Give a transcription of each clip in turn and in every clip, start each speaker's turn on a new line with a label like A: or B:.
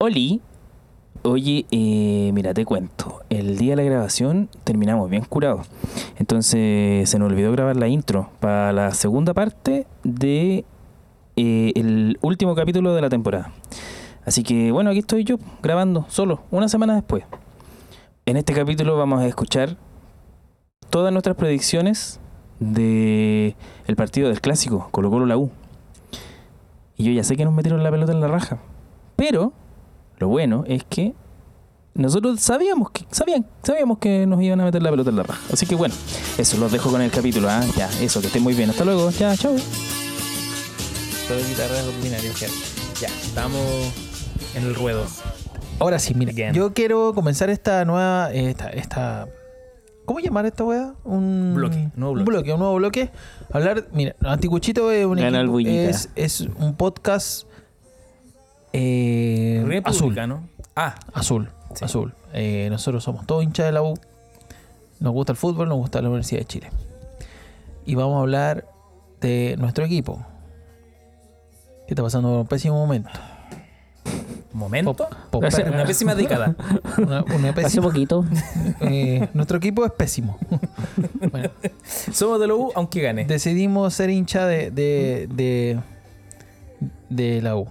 A: Oli, oye, eh, mira, te cuento. El día de la grabación terminamos bien curados. Entonces se nos olvidó grabar la intro para la segunda parte de eh, el último capítulo de la temporada. Así que bueno, aquí estoy yo grabando solo, una semana después. En este capítulo vamos a escuchar todas nuestras predicciones de el partido del clásico, Colo Colo la U. Y yo ya sé que nos metieron la pelota en la raja. Pero lo bueno es que nosotros sabíamos que sabían, sabíamos que nos iban a meter la pelota en la raja. Así que bueno, eso los dejo con el capítulo. ¿ah? Ya, eso, que estén muy bien. Hasta luego. Ya, chao.
B: Todo guitarras ordinarias, gente. Ya, estamos en el ruedo.
C: Ahora sí, mira.
B: Again.
C: Yo quiero comenzar esta nueva. Esta, esta ¿Cómo llamar esta weá? Un
B: Bloque, nuevo bloque.
C: Un bloque, un nuevo bloque. Hablar. Mira, Anticuchito es un,
A: Gana el Bullita.
C: es, es un podcast. eh, azul.
B: Republicano. Ah,
C: Azul.
B: Sí.
C: Azul. Eh, nosotros somos todos hinchas de la U. Nos gusta el fútbol, nos gusta la Universidad de Chile. Y vamos a hablar de nuestro equipo. Que está pasando por un pésimo momento.
B: momento.
C: Pop- pop-
B: Una pésima década.
C: una- una
D: Hace
C: pésima-
D: poquito.
C: eh, nuestro equipo es pésimo. Bueno,
B: Somos de la U, aunque gane.
C: decidimos ser hincha de, de, de, de la U.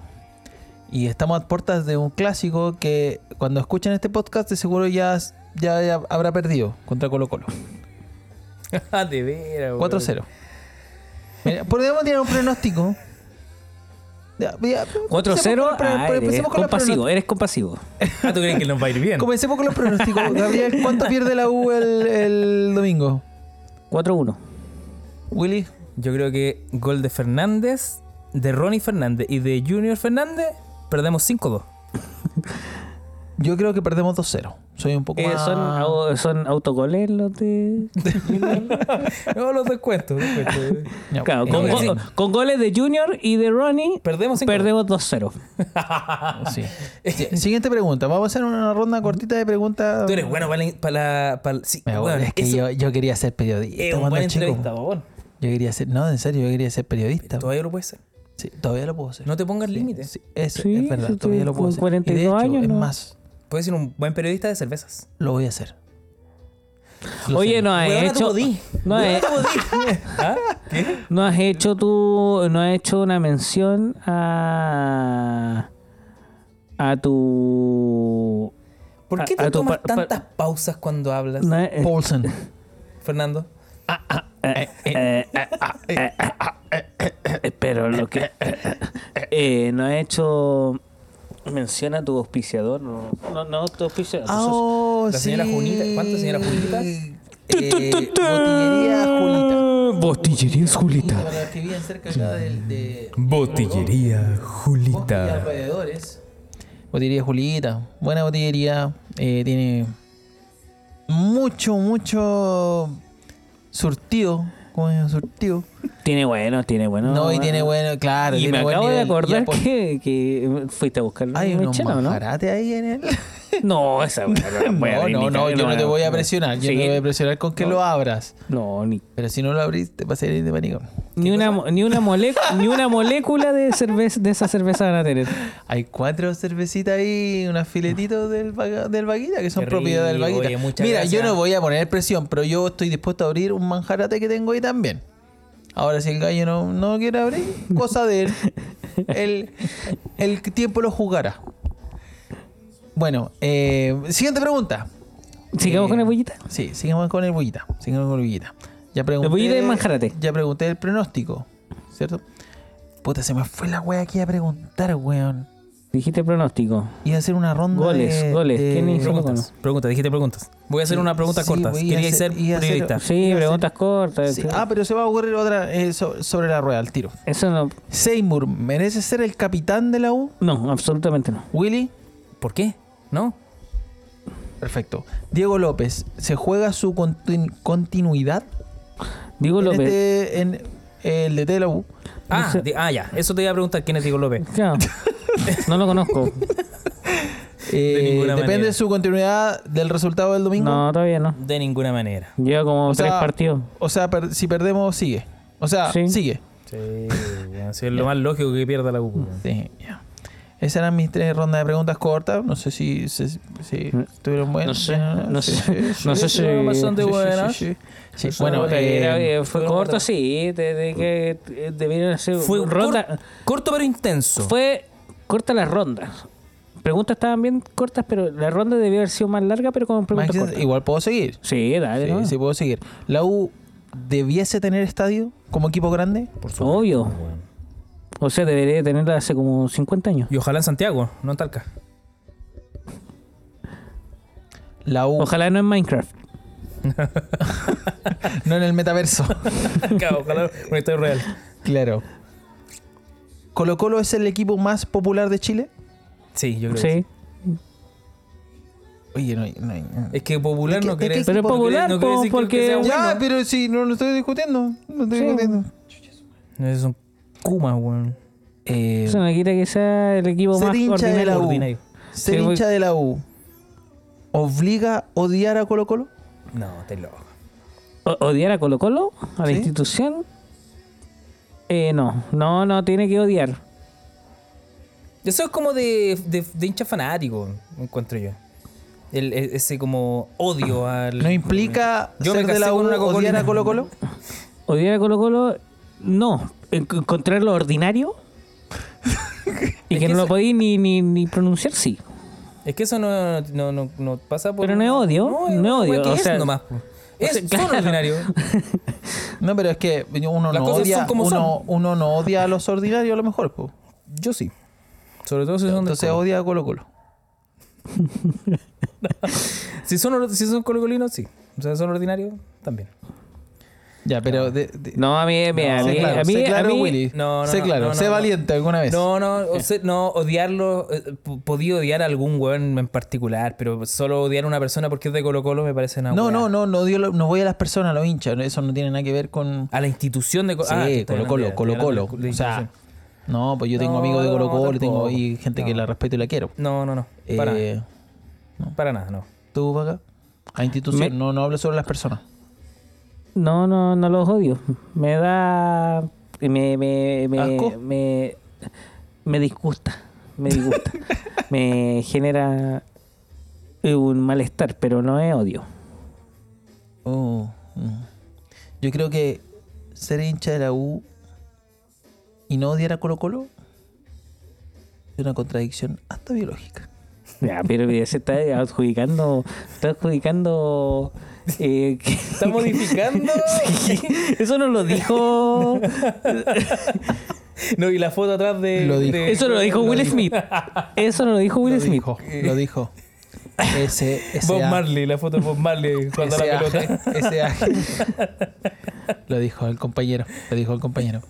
C: Y estamos a puertas de un clásico que cuando escuchen este podcast de seguro ya, ya, ya habrá perdido contra Colo Colo.
B: Ah, de veras, weón.
C: 4-0. Mira, Podríamos tirar un pronóstico. Ya, ya, empecemos con
D: 4-0.
C: los pro-
D: ah,
C: pro-
D: eres
C: empecemos con los
D: compasivo, eres compasivo.
B: Ah, ¿tú crees que nos va a ir bien?
C: Comencemos con los pronósticos. Gabriel, ¿cuánto pierde la U el, el domingo?
D: 4-1.
C: Willy,
B: Yo creo que gol de Fernández, de Ronnie Fernández y de Junior Fernández, perdemos 5-2.
C: yo creo que perdemos 2-0. Soy un poco
D: Eh,
C: más...
D: son, au- son autogoles los de.
B: No, los descuentos. descuentos.
C: Ya,
D: Claro,
C: eh,
D: con,
B: eh,
D: go-
B: sí.
D: con goles de Junior y de Ronnie,
B: Perdemos 5
D: perdemos 2-0.
C: sí. Ah. Sí, Siguiente pregunta. Vamos a hacer una ronda cortita de preguntas.
B: Tú eres bueno para la... Para la- para la- sí,
C: Me-
B: weón,
C: es que
B: eso
C: yo, yo quería ser periodista.
B: es un
C: cuando
B: buen
C: chico.
B: entrevistador.
C: Yo quería ser... No, en serio, yo quería ser periodista.
B: Todavía lo puede ser.
C: Sí, todavía lo puedo hacer.
B: No te pongas límites.
C: Sí, eso
D: Sí,
C: es verdad,
D: sí,
C: todavía lo
D: con
C: puedo hacer.
D: 42
C: y de hecho,
D: años,
C: es
D: ¿no?
C: más,
B: Puedes ser un buen periodista de cervezas.
C: lo voy a hacer. Lo
D: Oye,
C: sé.
D: no has
B: Weona, tú
D: hecho.
B: podí.
D: No has,
B: ¿Ah? ¿Qué?
D: no has hecho tu. No has hecho una mención a. A tu.
B: ¿Por
D: A-
B: qué te
D: a tu
B: tomas
D: par- par-
B: tantas pausas cuando hablas,
D: no has-
C: Paulsen.
B: Fernando?
D: Eh, eh, eh, eh, eh, eh, eh, Pero lo que. Eh, no he hecho. Menciona a tu auspiciador. No, no, no, tu auspiciador.
C: Ah,
D: Sos-
C: oh,
B: la señora
C: sí.
B: Junita. ¿Cuánto, señora Junita?
C: Eh, botillería Julita.
D: Botillerías Julita.
C: Para los que viven cerca acá del- de,
B: Botillería
C: bosques y
B: Julita.
C: alrededores. Botillería Julita, buena botillería, eh, tiene mucho, mucho surtido, como es surtido.
D: Tiene bueno, tiene bueno.
C: No, y tiene bueno, claro,
D: Y
C: tiene
D: me
C: buen
D: acabo de
C: nivel.
D: acordar
C: Ya, pues,
D: que, que fuiste a buscar
C: hay
D: una
C: unos
D: chela, ¿o ¿no?
C: manjarates ahí en él.
D: No, esa weá la voy a
C: No,
D: abrir,
C: no,
D: ni
C: no,
D: cagar,
C: yo no te
D: la-
C: voy a presionar, yo
D: Sí,
C: no te voy a presionar con que lo abras.
D: No, ni,
C: Pero si no lo abrís, te vas a ir de maricón.
D: ni una, mo- ni, una mole- ni una molécula de, cerveza, de esa cerveza van a tener.
C: Hay cuatro cervecitas ahí, unos filetitos del, vaga- del vaguita que son
B: Qué
C: propiedad del
B: rico,
C: vaguita.
B: oye, muchas
C: Mira,
B: gracias.
C: yo no voy a poner presión, pero yo estoy dispuesto a abrir un manjarate que tengo ahí también. Ahora, si el gallo no, no quiere abrir, cosa de él. El, el tiempo lo jugará. Bueno, eh, siguiente pregunta.
D: Sigamos
C: Eh,
D: con la bollita.
C: Sí, sigamos con el bullita. Sigamos con el bullita. Ya pregunté.
D: El bullita de Manjarate.
C: Ya pregunté el pronóstico, ¿cierto? Puta, se me fue la wea que iba a preguntar, weón.
D: Dijiste pronóstico.
C: Iba a hacer una ronda
D: Goles,
C: de,
D: goles.
C: de-
D: ¿Quién hizo?
B: Preguntas, preguntas, dijiste preguntas. Voy a hacer
C: Sí,
B: una pregunta
C: sí,
B: corta.
C: voy a
B: Quería
C: hacer-
B: ser
C: y hacer-
B: periodista.
D: Sí,
C: iba a
D: preguntas cortas.
C: Sí. Ah, pero se va a ocurrir otra eh, so- sobre la rueda, al tiro.
D: Eso no.
C: Seymour, ¿merece ser el capitán de la U?
D: No, absolutamente no.
C: Willy,
B: ¿Por qué? ¿No?
C: perfecto. Diego López, ¿se juega su continu- continuidad?
D: Diego
C: en
D: López.
C: este- en el DT de la U.
B: Ah, di- ah, ya. Eso te iba a preguntar quién es Diego López.
C: Este-
D: Claro. No lo conozco.
C: Eh,
B: ninguna
C: ¿Depende
B: manera.
C: su continuidad del resultado del domingo?
D: No, todavía no.
B: De ninguna manera.
D: Lleva como
C: O
D: tres
C: sea,
D: partidos.
C: O sea, per- si perdemos, sigue. O sea,
D: Sí.
C: sigue.
B: Sí, bueno, sí, es lo más lógico que pierda la U.
C: Sí, ya. Esas eran mis tres rondas de preguntas cortas. No sé si, si, si
D: Mm.
C: estuvieron buenas.
D: No sé, no
C: Sí,
D: sé,
C: sí,
D: no sé
C: sí,
D: si-
C: sí,
B: bastante
C: sí, sí,
B: buenas.
C: sí, sí. Sí,
D: Bueno,
C: Bueno,
D: era-
C: eh,
D: eh, fue
C: fueron
D: corto,
C: cortas.
D: sí, desde que eh, debieron hacer
B: Fue
D: ronda.
B: cor- corto pero intenso.
D: Fue corta las rondas. Preguntas estaban bien cortas, pero la ronda debió haber sido más larga, pero con preguntas
C: Maxi,
D: cortas.
C: Igual puedo seguir.
D: Sí, dale,
C: Sí,
D: ¿no?
C: sí puedo seguir. ¿La U debiese tener estadio como equipo grande?
B: Por supuesto,
D: obvio.
B: weón.
D: O sea, debería tenerla hace como 50 años.
B: Y ojalá en Santiago, no en Talca.
C: La U
D: Ojalá no en Minecraft.
C: no en el metaverso.
B: Claro, ojalá una historia real.
C: claro. ¿Colo Colo es el equipo más popular de Chile?
B: Sí, yo creo. que
D: Sí.
C: Oye, no hay... no hay-
B: Es que popular
C: Es que-
B: no
C: es
B: quiere
C: que-
B: decir-
D: Pero
B: no quiere-
D: popular,
B: no quiere
D: po,
B: decir que-
D: porque-
B: que sea
C: ya,
B: bueno.
C: pero sí, no lo estoy discutiendo. No estoy
D: Sí.
C: discutiendo.
B: Es un Kuma, weón.
C: Eh,
D: Eso no quiere que sea el equipo
C: Ser
D: más
C: hincha de
D: ordinario.
C: la U.
B: Ordinario.
C: ser
D: Sí, voy-
C: hincha de la U obliga a odiar a Colo Colo?
B: No, te loco.
D: O- ¿Odiar a Colo Colo? ¿A la
C: Sí.
D: institución? Eh, no, no, no, tiene que odiar.
B: Eso es como de, de, de hincha fanático, encuentro yo. El, e- ese como odio
D: Ah.
B: al.
C: ¿No implica
B: Yo me
C: ser de
B: casé
C: la U
B: con una
C: odiar
B: cocolina.
C: a Colo Colo?
D: Odiar a Colo Colo, no. En- Encontrar lo ordinario y que
B: Es que
D: no lo
B: eso-
D: podéis ni, ni, ni pronunciar, sí.
B: Es que eso no, no, no, no pasa por.
D: Pero no es odio, no es odio,
B: que
D: o
B: es
D: sea-
B: nomás, po. Es
D: sea,
B: son
D: claro.
B: ordinario.
C: No, pero es que uno
B: Las
C: no
B: cosas
C: odia,
B: son como
C: uno,
B: son.
C: uno no odia a los ordinarios a lo mejor, po.
B: Yo sí. Sobre todo si son de
C: Entonces odia a Colo Colo.
B: Si son, si son colocolinos, sí. O sea, son ordinarios, también.
C: Ya, pero de- de-
D: No, a mí,
B: Eh,
D: mira, a
C: sé
D: mí,
C: claro,
D: a mí,
C: sé claro,
D: a mí-
C: Willy.
B: No, no,
C: sé
B: no,
C: claro,
B: no,
C: sé
B: no.
C: valiente alguna vez.
B: No, no,
D: Eh.
B: o sea, no, odiarlo. eh, p- podía odiar a algún weón en particular, pero solo odiar a una persona porque es de Colo Colo me parece una
C: no,
B: weá.
C: no, no, no, odio lo- no voy a las personas, a los hinchas, eso no tiene nada que ver con
B: A la institución de Colo
C: Sí, Colo Colo, Colo Colo. O sea, no, pues yo tengo
B: No,
C: amigos de Colo
B: no,
C: Colo, tengo
B: tampoco.
C: y gente que
B: No.
C: la respeto y la quiero.
B: No, no, no. Para,
C: Eh,
B: nada, para nada, no.
C: ¿Tú, Vaca? A institución,
D: Me-
C: no, no hablo sobre las personas.
D: no, no, no los odio. Me da. Me. Me. Me.
C: ¿Asco?
D: Me, me disgusta. Me disgusta. me genera un malestar, pero no es odio.
C: Oh, mm. Yo creo que ser hincha de la U y no odiar a Colo Colo es una contradicción hasta biológica.
D: Ya, pero ya se está adjudicando. Está adjudicando. eh, que-
B: Está modificando.
D: Eso no lo dijo.
B: No, y la foto atrás de.
C: Lo dijo.
B: de-
D: Eso no lo dijo Will Smith. Eso no lo dijo Will
C: lo
D: Smith.
C: dijo, lo dijo. Ese, ese
B: Bob
C: a-
B: Marley, la foto de Bob Marley jugando a la
C: ese
B: pelota.
C: a- ese a- lo dijo el compañero, lo dijo el compañero.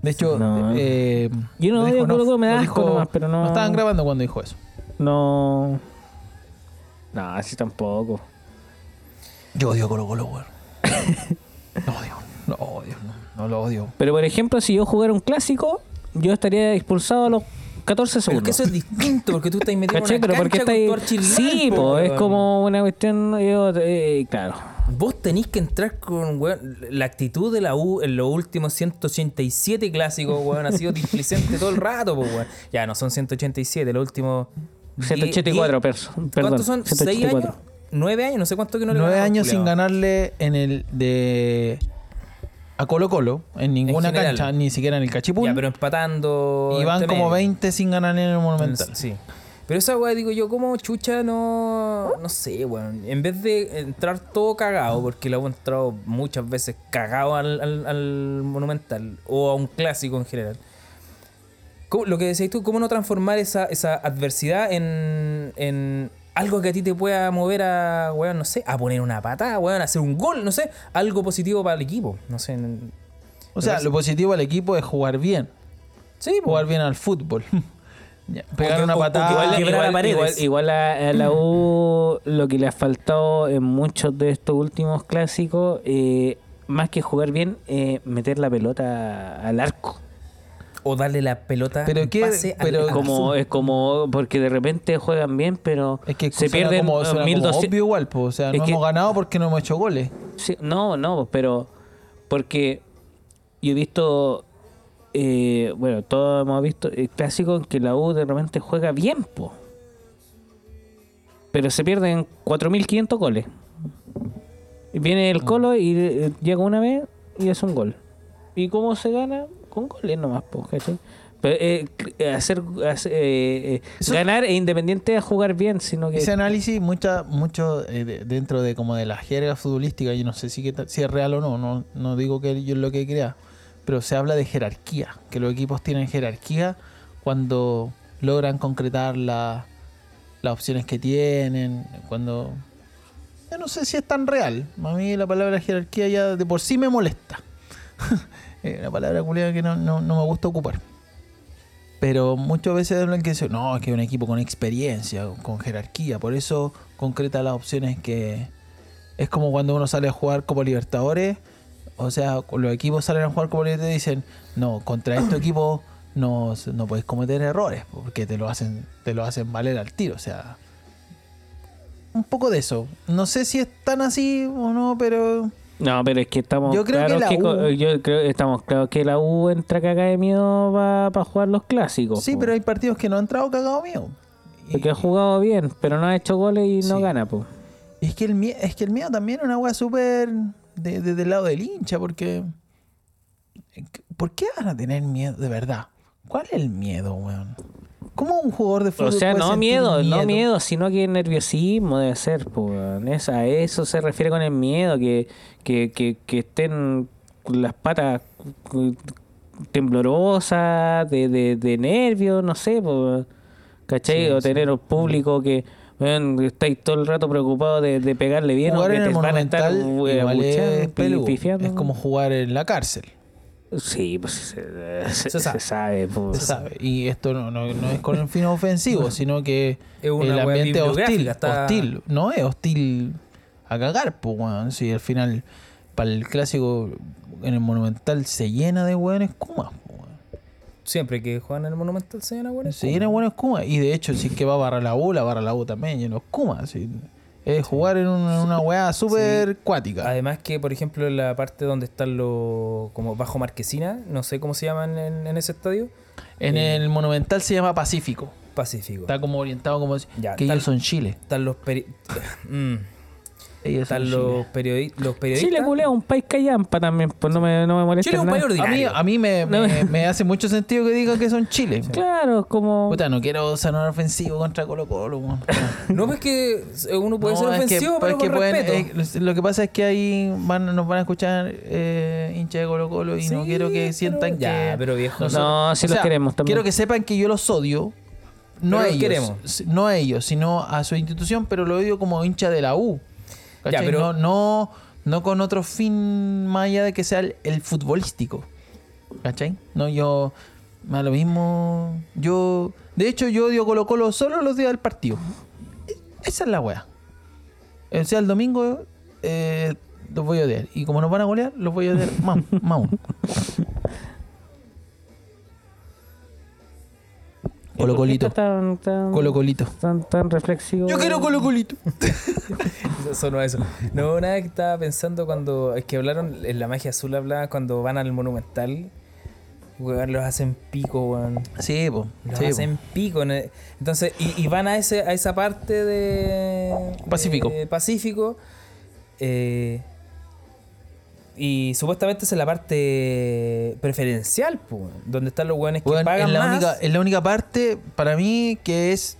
C: De hecho,
D: No.
C: eh,
D: Yo no
C: lo
D: odio
C: dijo,
D: a Colo Colo, me da
C: lo
D: asco
C: dijo-
D: nomás, pero no-
C: No estaban grabando cuando dijo eso.
D: No. No, así tampoco.
C: Yo odio a Colo Colo, weón. No odio, no odio, no, no lo odio.
D: Pero por ejemplo, si yo jugara un clásico, yo estaría expulsado a los 14
B: Pero es que
D: segundos.
B: eso es distinto, porque tú estás metido
D: ¿Cachai?
B: en una
D: Pero porque está
B: cancha
D: ahí.
B: con tu archirrival,
D: Sí,
B: po,
D: po, es
B: weón.
D: como una cuestión. yo, eh, claro.
B: Vos tenés que entrar con, weón, la actitud de la U en los últimos 187 clásicos, weón, ha sido displicente todo el rato, po, weón. Ya, no son 187, los últimos...
D: 184 perso- perdón,
B: ¿Cuántos son? ¿6
D: 184.
B: años? ¿9 años? No sé cuánto que no le
C: Nueve
B: ganamos,
C: años
B: culiao.
C: sin ganarle en el de a Colo Colo en ninguna
B: En general.
C: cancha, ni siquiera en el Cachipún.
B: Ya, pero empatando...
C: y van
B: entre
C: como
B: medio.
C: 20 sin ganar en el Monumental.
B: Sí. Pero esa weá, digo yo, como chucha no. No sé, weón. En vez de entrar todo cagado, porque la hemos entrado muchas veces cagado al, al- al Monumental o a un clásico en general. ¿Cómo- lo que decías tú, ¿cómo no transformar esa, esa adversidad en, en algo que a ti te pueda mover a, weón, no sé, a poner una patada, weón, a hacer un gol, no sé, algo positivo para el equipo? No sé. en-
C: O sea, lo positivo del equipo es jugar bien,
B: Sí, po.
C: jugar bien al fútbol. Ya, Pegar
B: que-
C: una
B: o- o
C: patada.
B: que
D: Igual,
B: quebrar
D: igual-
B: a paredes.
D: igual- igual a, a la U lo que le ha faltado en muchos de estos últimos clásicos, eh, más que jugar bien, eh, meter la pelota al arco.
B: O darle la pelota.
C: Pero
B: un
C: qué-
B: pase al
C: pero-
B: arco.
D: como es como porque de repente juegan bien pero
C: Es que
D: se
C: suena
D: pierden
C: como, suena
D: eh,
C: como
D: 1200
C: obvio igual, po. o sea,
D: Es
C: no
D: que-
C: hemos ganado porque no hemos hecho goles.
D: Sí, no no pero porque yo he visto eh, bueno, todos hemos visto el clásico en que la U de repente juega bien, po. Pero se pierden 4.500 goles. Y Viene el colo y eh, llega una vez y es un gol. ¿Y cómo se gana? Con goles nomás, po, ¿cachai? Pero, eh, cl- hacer, hacer- eh, eh,
C: Eso-
D: ganar e independiente a jugar bien, sino que...
C: Ese análisis, mucha, mucho eh, de- dentro de como de la jerga futbolística, yo no sé si, que tal- si es real o no, no, no digo que yo lo que crea, pero se habla de jerarquía, que los equipos tienen jerarquía cuando logran concretar la- las opciones que tienen, cuando... Yo no sé si es tan real, a mí la palabra jerarquía ya de por sí me molesta. Es una palabra culiada que no, no- no me gusta ocupar. Pero muchas veces hablan que dicen, no, es que es un equipo con experiencia, con jerarquía, por eso concreta las opciones que... Es como cuando uno sale a jugar como Libertadores, o sea, los equipos salen a jugar como Libertadores y dicen, no, contra este equipo no, no puedes cometer errores, porque te lo hacen te lo hacen valer al tiro, o sea... Un poco de eso. No sé si es tan así o no, pero...
D: No, pero es que estamos
C: Yo creo que
D: claros
C: la
D: co-
C: U-
D: yo creo que estamos claros que la U entra cagada de miedo para jugar los clásicos.
C: Sí,
D: po.
C: pero hay partidos que no han entrado cagado mío. Y-
D: porque ha jugado bien, pero no ha hecho goles y no
C: Sí.
D: gana, pues.
C: Es que el, mie- es que el miedo también es una weá súper de- de- del lado del hincha, porque. ¿Por qué van a tener miedo de verdad? ¿Cuál es el miedo, weón? ¿Cómo un jugador de fútbol
D: O sea,
C: puede
D: no
C: sentir
D: miedo, no miedo, sino que nerviosismo debe ser, po, weón. Es- a eso se refiere con el miedo, que, que, que, que estén con las patas cu- temblorosas, de, de, de nervios, no sé, po, weón. ¿cachai?
C: Sí,
D: o
C: sí.
D: tener un público que weón, estáis todo el rato preocupado de, de pegarle bien o
C: Jugar
D: que
C: en
D: te
C: el
D: van a estar eh,
C: Monumental
D: we-
C: igual es
D: abucheando, pi-
C: peludo.
D: pifiando.
C: Es como jugar en la cárcel,
D: Sí, pues se, se-
C: Se sabe.
D: se sabe, po.
C: se sabe. Pues, Y esto no, no- no es con el fin ofensivo, sino que
B: Es una
C: el
B: weá
C: ambiente es hostil,
B: bibliográfica, está-
C: hostil. No es hostil a cagar, pues, weón. Si al final, para el clásico en el Monumental se llena de weones Kuma, po, weón.
B: Siempre que juegan en el Monumental se llena, bueno.
C: Se viene bueno Kuma. Y de hecho, si es que va a barra la U, la barra la U también, lleno Kuma. así. Es jugar en un- en una weá súper cuática.
B: Además que, por ejemplo, en la parte donde están los... como bajo Marquesina, no sé cómo se llaman en, en ese estadio,
C: En
B: eh.
C: el Monumental se llama Pacífico.
B: Pacífico.
C: Está como orientado como
B: Ya,
C: que
B: tal-
C: ellos son Chile.
B: Están los peri- Mm,
C: Ellos son
B: están
C: Chile.
B: los, periodi- los periodistas.
D: Chile culea un país callampa también, pues no me, no me molesta.
B: Chile es un
D: nada.
B: país
C: A mí,
B: ordinario.
C: a mí me,
D: No.
C: me- me hace mucho sentido que digan que son Chile.
D: Claro, es como.
C: Puta, no quiero sonar ofensivo contra Colo Colo. weón.
B: No, pues que uno puede
C: No,
B: ser
C: es que- pues
B: ofensivo, pero
C: es que
B: con
C: pueden-
B: respeto.
C: eh, lo que pasa es que ahí van, nos van a escuchar eh, hinchas de Colo Colo y no
B: Sí,
C: quiero que
B: pero-
C: sientan
B: ya,
C: que.
B: pero viejo,
C: nosotros-
D: No, sí los queremos también.
C: Quiero que sepan que yo los odio.
B: Pero
C: No a
B: los
C: ellos.
B: queremos.
C: s- No a ellos, sino a su institución, pero lo odio como hincha de la U.
B: Ya,
C: ¿Cachai? no,
B: pero-
C: no, no con otro fin más allá de que sea el, el futbolístico. ¿Cachai? No, yo. A lo mismo. Yo. De hecho, yo odio Colo Colo solo los días del partido. Esa es la weá. O sea, el domingo eh, los voy a odiar. Y como nos van a golear, los voy a odiar más, más aún.
D: ¿Por qué
C: Colocolito.
D: está Tan, tan,
C: Colocolito.
D: tan, tan reflexivo.
C: Yo quiero Colocolito.
B: Sonó eso. No, nada que estaba pensando cuando. Es que hablaron. En la magia azul hablaba cuando van al Monumental. Weón, los hacen pico, weón.
C: Sí, po.
B: Los
C: sí, po.
B: hacen pico. en el- Entonces, y, y van a, ese, a esa parte de.
C: Pacífico.
B: de Pacífico. eh, y supuestamente esa es la parte preferencial, po, weón, donde están los weones que
C: Weón,
B: pagan
C: es, la
B: más.
C: única, es la única parte para mí que es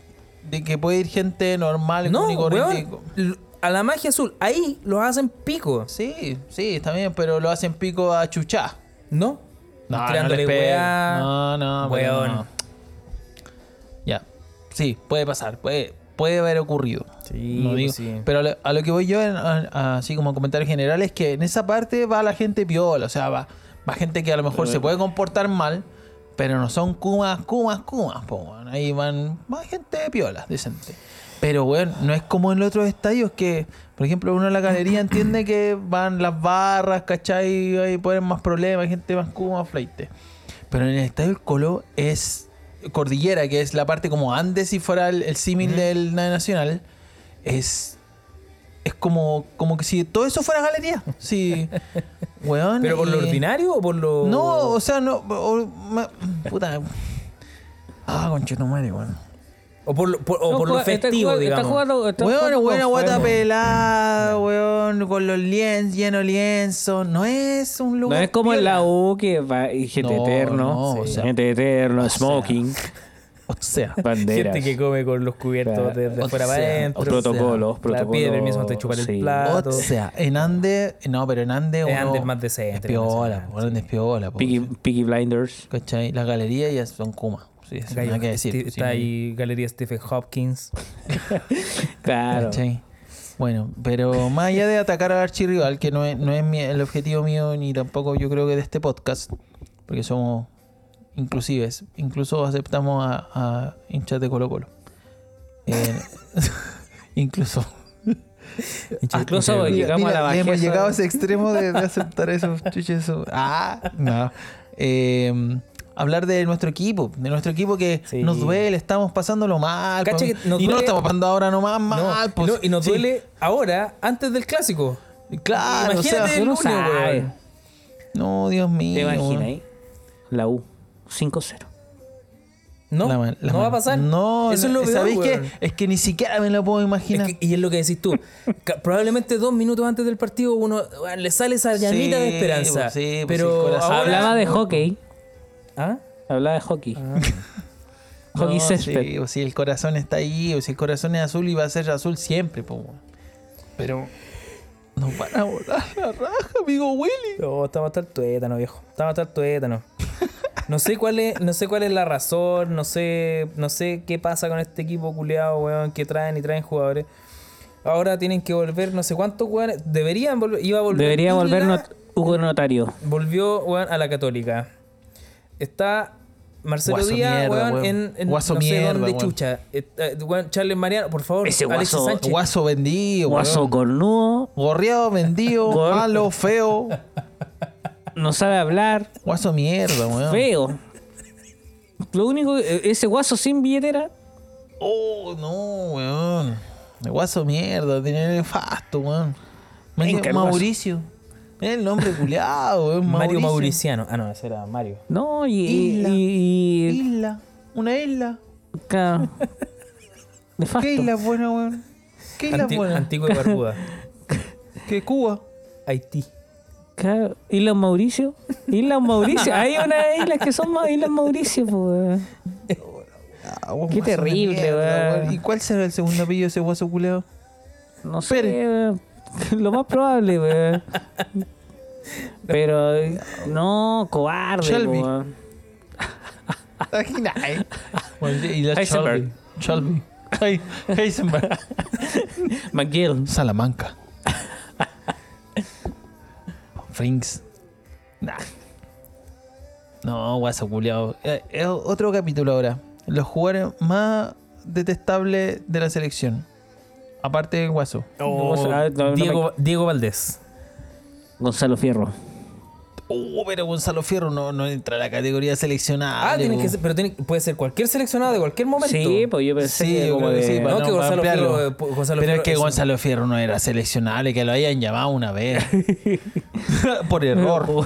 C: de que puede ir gente normal,
B: no,
C: común y corriente.
B: weón, l- a la magia azul, ahí los hacen pico.
C: Sí, sí, está bien, pero lo hacen pico a chuchá.
B: ¿No?
C: Ah,
B: Tirándole
C: le pegue.
B: weá.
C: No, no, pero
B: Weón.
C: no. Ya. Sí, puede pasar, puede, puede haber ocurrido.
B: Sí,
C: No
B: pues
C: digo-
B: sí.
C: Pero a lo, a lo que voy yo, en- a- a- así como comentario general, es que en esa parte va la gente piola, o sea, va, va gente que a lo mejor se puede comportar mal, pero no son cumas, cumas, cumas, po, weón. Ahí van, va gente piola, decente. Pero, weón, no es como en los otros estadios que, por ejemplo, uno en la galería entiende que van las barras, ¿cachai? Ahí ponen más problemas, hay gente más cuma, fleite. Pero en el estadio del Colo es cordillera, que es la parte como Andes, si fuera el, el símil del Nacional, es es como, como que si todo eso fuera galería. Sí. Weón.
B: ¿Pero por lo
C: y-
B: ordinario o por lo.?
C: eh, No, o sea, no. o- ma- puta. Ah, conchetumare, weón.
B: O por lo, por- o
D: No,
B: por lo
D: juega- está
B: festivo,
D: jugando-
B: digamos.
D: Está jugando, está
C: Weón,
D: jugando
C: weón,
D: con
C: guata
D: fuego.
C: pelada, weón, con los lienzos, lleno de lienzo. No es un
D: No
C: lugar.
D: es como en
C: piola.
D: la U que va y gente
C: No,
D: eterno.
C: no, o
D: Sí.
C: sea,
D: gente eterno,
C: o sea,
D: smoking,
C: O sea,
D: banderas.
B: Gente que come con los cubiertos
D: Claro.
B: de, de
C: O
B: fuera para
C: sea,
B: adentro.
C: o
D: protocolos,
B: Claro,
D: protocolos.
B: pide permiso antes de chupar el plato.
C: o sea, en Ande. No, pero en Ande.
B: En
C: uno
B: Ande es más decente,
C: Es piola,
B: más
C: weón, es piola. po.
D: Peaky, Peaky Blinders.
C: ¿Cachai? Las galerías ya son Kuma. Sí, eso
B: Acá
C: nada
B: hay-
C: que decir.
B: Sti-
C: sí,
B: Está ahí Galería Stephen Hopkins.
D: Claro.
C: ¿Cachai? Bueno, pero más allá de atacar al archirrival, que no es, no es mi- el objetivo mío, ni tampoco yo creo que de este podcast, porque somos inclusives, incluso aceptamos a, a hinchas de Colo Colo. Eh, incluso. Ah,
D: Incluso llegamos a la
C: hemos
D: bajeza.
C: llegado a ese extremo de, de aceptar esos chuches. esos- Ah, no. Eh, hablar de nuestro equipo, de nuestro equipo que
B: Sí.
C: nos duele, estamos pasándolo mal.
B: Cacha
C: pues,
B: que nos
C: y no
B: duele-
C: estamos pasando ahora nomás mal.
B: No,
C: pues,
B: no, y nos
C: sí.
B: duele ahora, antes del clásico.
C: Claro,
B: Imagínate
C: o sea,
B: el
D: uno
B: lunes,
D: sabe.
B: weón.
C: no, Dios mío.
D: ¿Te imaginas
C: weón.
D: ahí? La U. 5-0.
B: No,
C: La mal- la
B: no va
C: mal-
B: a pasar.
C: No,
B: eso es lo peor,
C: ¿sabéis
B: weón.
C: qué? Es que ni siquiera me lo puedo
B: Es
C: imaginar.
B: que- y es lo que decís tú. Ca- Probablemente dos minutos antes del partido uno weón, le sale esa llamita de esperanza.
C: pues sí, pues sí, el
B: pero
C: corazón.
B: ahora-
D: Hablaba de hockey.
B: ¿Ah?
D: Hablaba de hockey.
C: No,
D: Hockey césped.
C: sí, o si el corazón está ahí, o si el corazón es azul y va a ser azul siempre, po, weón. Pero nos van a volar la raja, amigo Willy.
B: No, oh, estamos hasta el tuétano, viejo. Estamos hasta el tuétano. No sé cuál es, no sé cuál es la razón, no sé, no sé qué pasa con este equipo culeado, weón, que traen y traen jugadores. Ahora tienen que volver, no sé cuántos jugadores. Deberían volver, iba a volver.
D: Debería
B: Isla,
D: volver not- Hugo Notario.
B: Volvió, weón, a la católica. Está Marcelo
C: Guaso
B: Díaz,
C: mierda,
B: weón,
C: weón.
B: en, en
C: Guaso
B: no sé
C: mierda,
B: dónde
C: weón.
B: chucha. Eh, eh, weón, Charles Mariano, por favor,
D: Ese
B: Alexis
D: guaso-
B: Sánchez.
C: Guaso vendido,
D: Guaso
C: weón.
D: cornudo.
C: Gorreado, vendido,
D: Gor-
C: malo, feo.
D: No sabe hablar.
C: Guaso mierda, weón.
D: Feo. Lo único. que- Ese guaso sin billetera.
C: Oh, no, weón. El guaso mierda, tenía nefasto, weón. Mario-
D: Venga, el guaso.
C: Mauricio. Mira el nombre culiado, weón. Mauricio.
B: Mario Mauriciano. Ah, no, ese era Mario.
D: No, y.
C: Isla.
D: y- y-
C: Isla. Una isla.
D: Claro. Nefasto.
C: ¿Qué isla es buena, weón? ¿Qué isla es
B: Anti-
C: buena?
B: Antigua y Barbuda.
C: ¿Qué Cuba?
B: Haití.
D: Claro, Islas Mauricio. Islas Mauricio. Hay unas islas que son ma- Islas Mauricio, pues.
C: Ah, weón,
D: Qué
C: guaso de
D: terrible, weón.
C: ¿Y cuál será el segundo apellido de ese guaso culiado?
D: No sé. weón. Lo más probable, weón. Pero no, cobarde,
C: Shelby.
D: weón.
B: eh.
C: y la
D: Heisenberg.
C: Chalby. Hey- Heisenberg.
D: McGill.
C: Salamanca. Frinks. Nah. No, guaso culiado. otro capítulo ahora. Los jugadores más detestables de la selección. Aparte del guaso.
D: Vos- ah, no, no
B: Diego, Diego Valdés.
D: Gonzalo Fierro.
C: Oh, pero Gonzalo Fierro no, no entra a la categoría seleccionada.
B: Ah, tiene que ser, pero tiene- puede ser cualquier seleccionado de cualquier momento.
D: Sí, pues yo pensé
C: Sí,
D: que
C: yo
D: como
C: creo que
D: de-
C: sí, para
B: no, que
C: para
B: Gonzalo
C: ampliarlo.
B: Fierro, eh, po- Gonzalo
C: Pero
B: Fierro
C: es que
B: es un-
C: Gonzalo Fierro no era seleccionable, que lo hayan llamado una vez. Por error.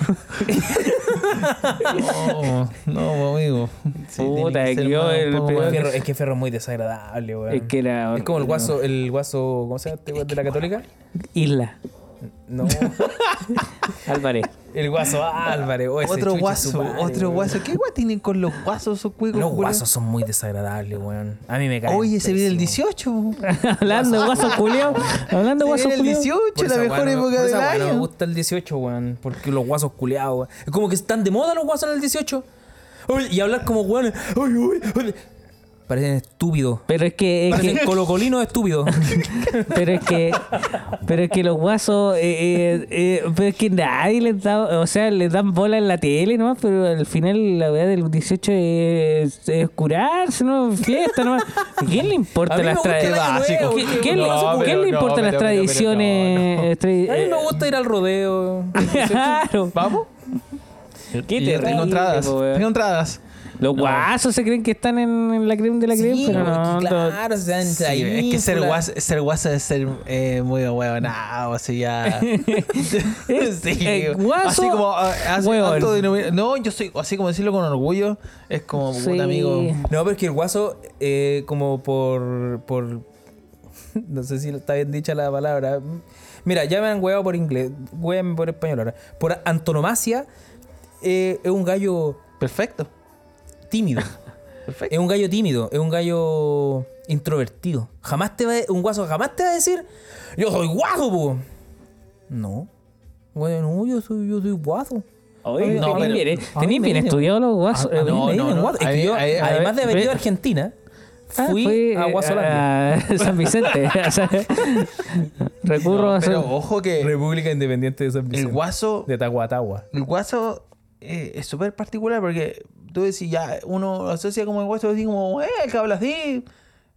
C: no, no, amigo. Sí, tiene
D: Puta,
C: que ser
D: yo
C: más- un
D: el
C: poco más-
D: peor-
B: Fierro- es que Fierro es muy desagradable, weón.
D: Es que era.
B: Es como el guaso, el guaso, ¿cómo se llama? este weón ¿De la católica?
D: Isla.
B: No.
D: Álvarez.
B: El guaso Álvarez. oh, ese
C: Otro
B: chuche
C: guaso,
B: su madre,
C: otro
B: weón.
C: guaso. ¿Qué guay tienen con los guasos esos cuicos?
B: Los
C: culiao?
B: guasos son muy desagradables, weón. A mí me caen.
C: Oye, se viene el
B: pésimo.
C: 18.
D: Hablando de guaso culiao. Hablando de
C: Se
D: guaso
C: viene el
D: culiao.
C: 18,
B: Por
C: la
B: esa
C: mejor
B: weá no-
C: época
B: por
C: del
B: esa weá No me
C: año.
B: gusta el 18, weón. Porque los guasos culeados, weón. Es como que están de moda los guasos en el 18. Uy, y hablar como weones. Uy, uy, uy. Parecen estúpidos.
D: Pero es que. es que-
B: Parecen colocolinos estúpidos.
D: Pero es que, pero es que los guasos, eh, eh, eh, pero es que nadie les da, o sea, les dan bola en la tele nomás, pero al final la verdad del 18 es, es curarse, ¿no? Fiesta nomás. ¿A quién le
B: A
D: importa
B: mí me
D: las
B: gusta el
D: tradiciones?
B: año nuevo,
D: ¿Quién, quién le-
B: No,
D: quién le
C: pero
D: importa
C: no,
D: las
C: pero- pero- pero
D: tradiciones?
C: no, no.
D: eh, tradi-
B: A mí me
D: eh,
B: gusta ir al rodeo.
C: Ah,
D: Claro.
C: ¿Vamos?
D: Qué
C: Y yo
D: terrible,
C: tengo entradas.
D: po, weón.
C: Tengo entradas.
D: Los guasos se creen que están en, en la crema de la crema,
B: Sí,
D: pero
B: porque
D: no. no.
B: claro, se dan
C: Sí, es que ser
B: trífula.
C: guaso, ser guaso es ser eh, muy huevonado, así ya. sí,
D: Eh, guaso,
C: así como ah, así,
D: hueón.
C: autodenomina- No, yo soy así como decirlo con orgullo, es como
D: Sí.
C: puta amigo.
B: No, pero es que el guaso, eh, como por, por. No sé si está bien dicha la palabra. Mira, ya me han hueado por inglés, hueame por español ahora. Por antonomasia, eh, es un gallo
C: Perfecto.
B: tímido.
C: Perfecto.
B: es un gallo tímido, es un gallo introvertido. Jamás te va a- un guaso jamás te va a decir, yo soy guaso, po. No. Bueno, no, yo soy, yo soy guaso.
D: Oye,
C: No,
D: tenéis
C: pero-
D: bien, eh,
C: Ay,
D: tenéis bien
C: niño.
D: estudiados los guasos.
C: Ah,
D: eh,
C: no,
B: Me
D: bien.
B: dicen guaso. Es que
C: ahí-
B: yo,
C: ahí-
B: además de haber
D: ve-
B: ido a Argentina,
D: Ah,
B: fui
D: fui,
B: a
D: eh,
B: Guasolandia.
D: a San Vicente. o sea, Recurro a
C: Pero
D: San
C: ojo que
B: República Independiente de San
C: el
B: Vicente.
C: guaso
B: de Tahuatahua.
C: El guaso eh, es súper particular porque tú decís, ya, uno asocia como el guaso así como, eh, el que habla así,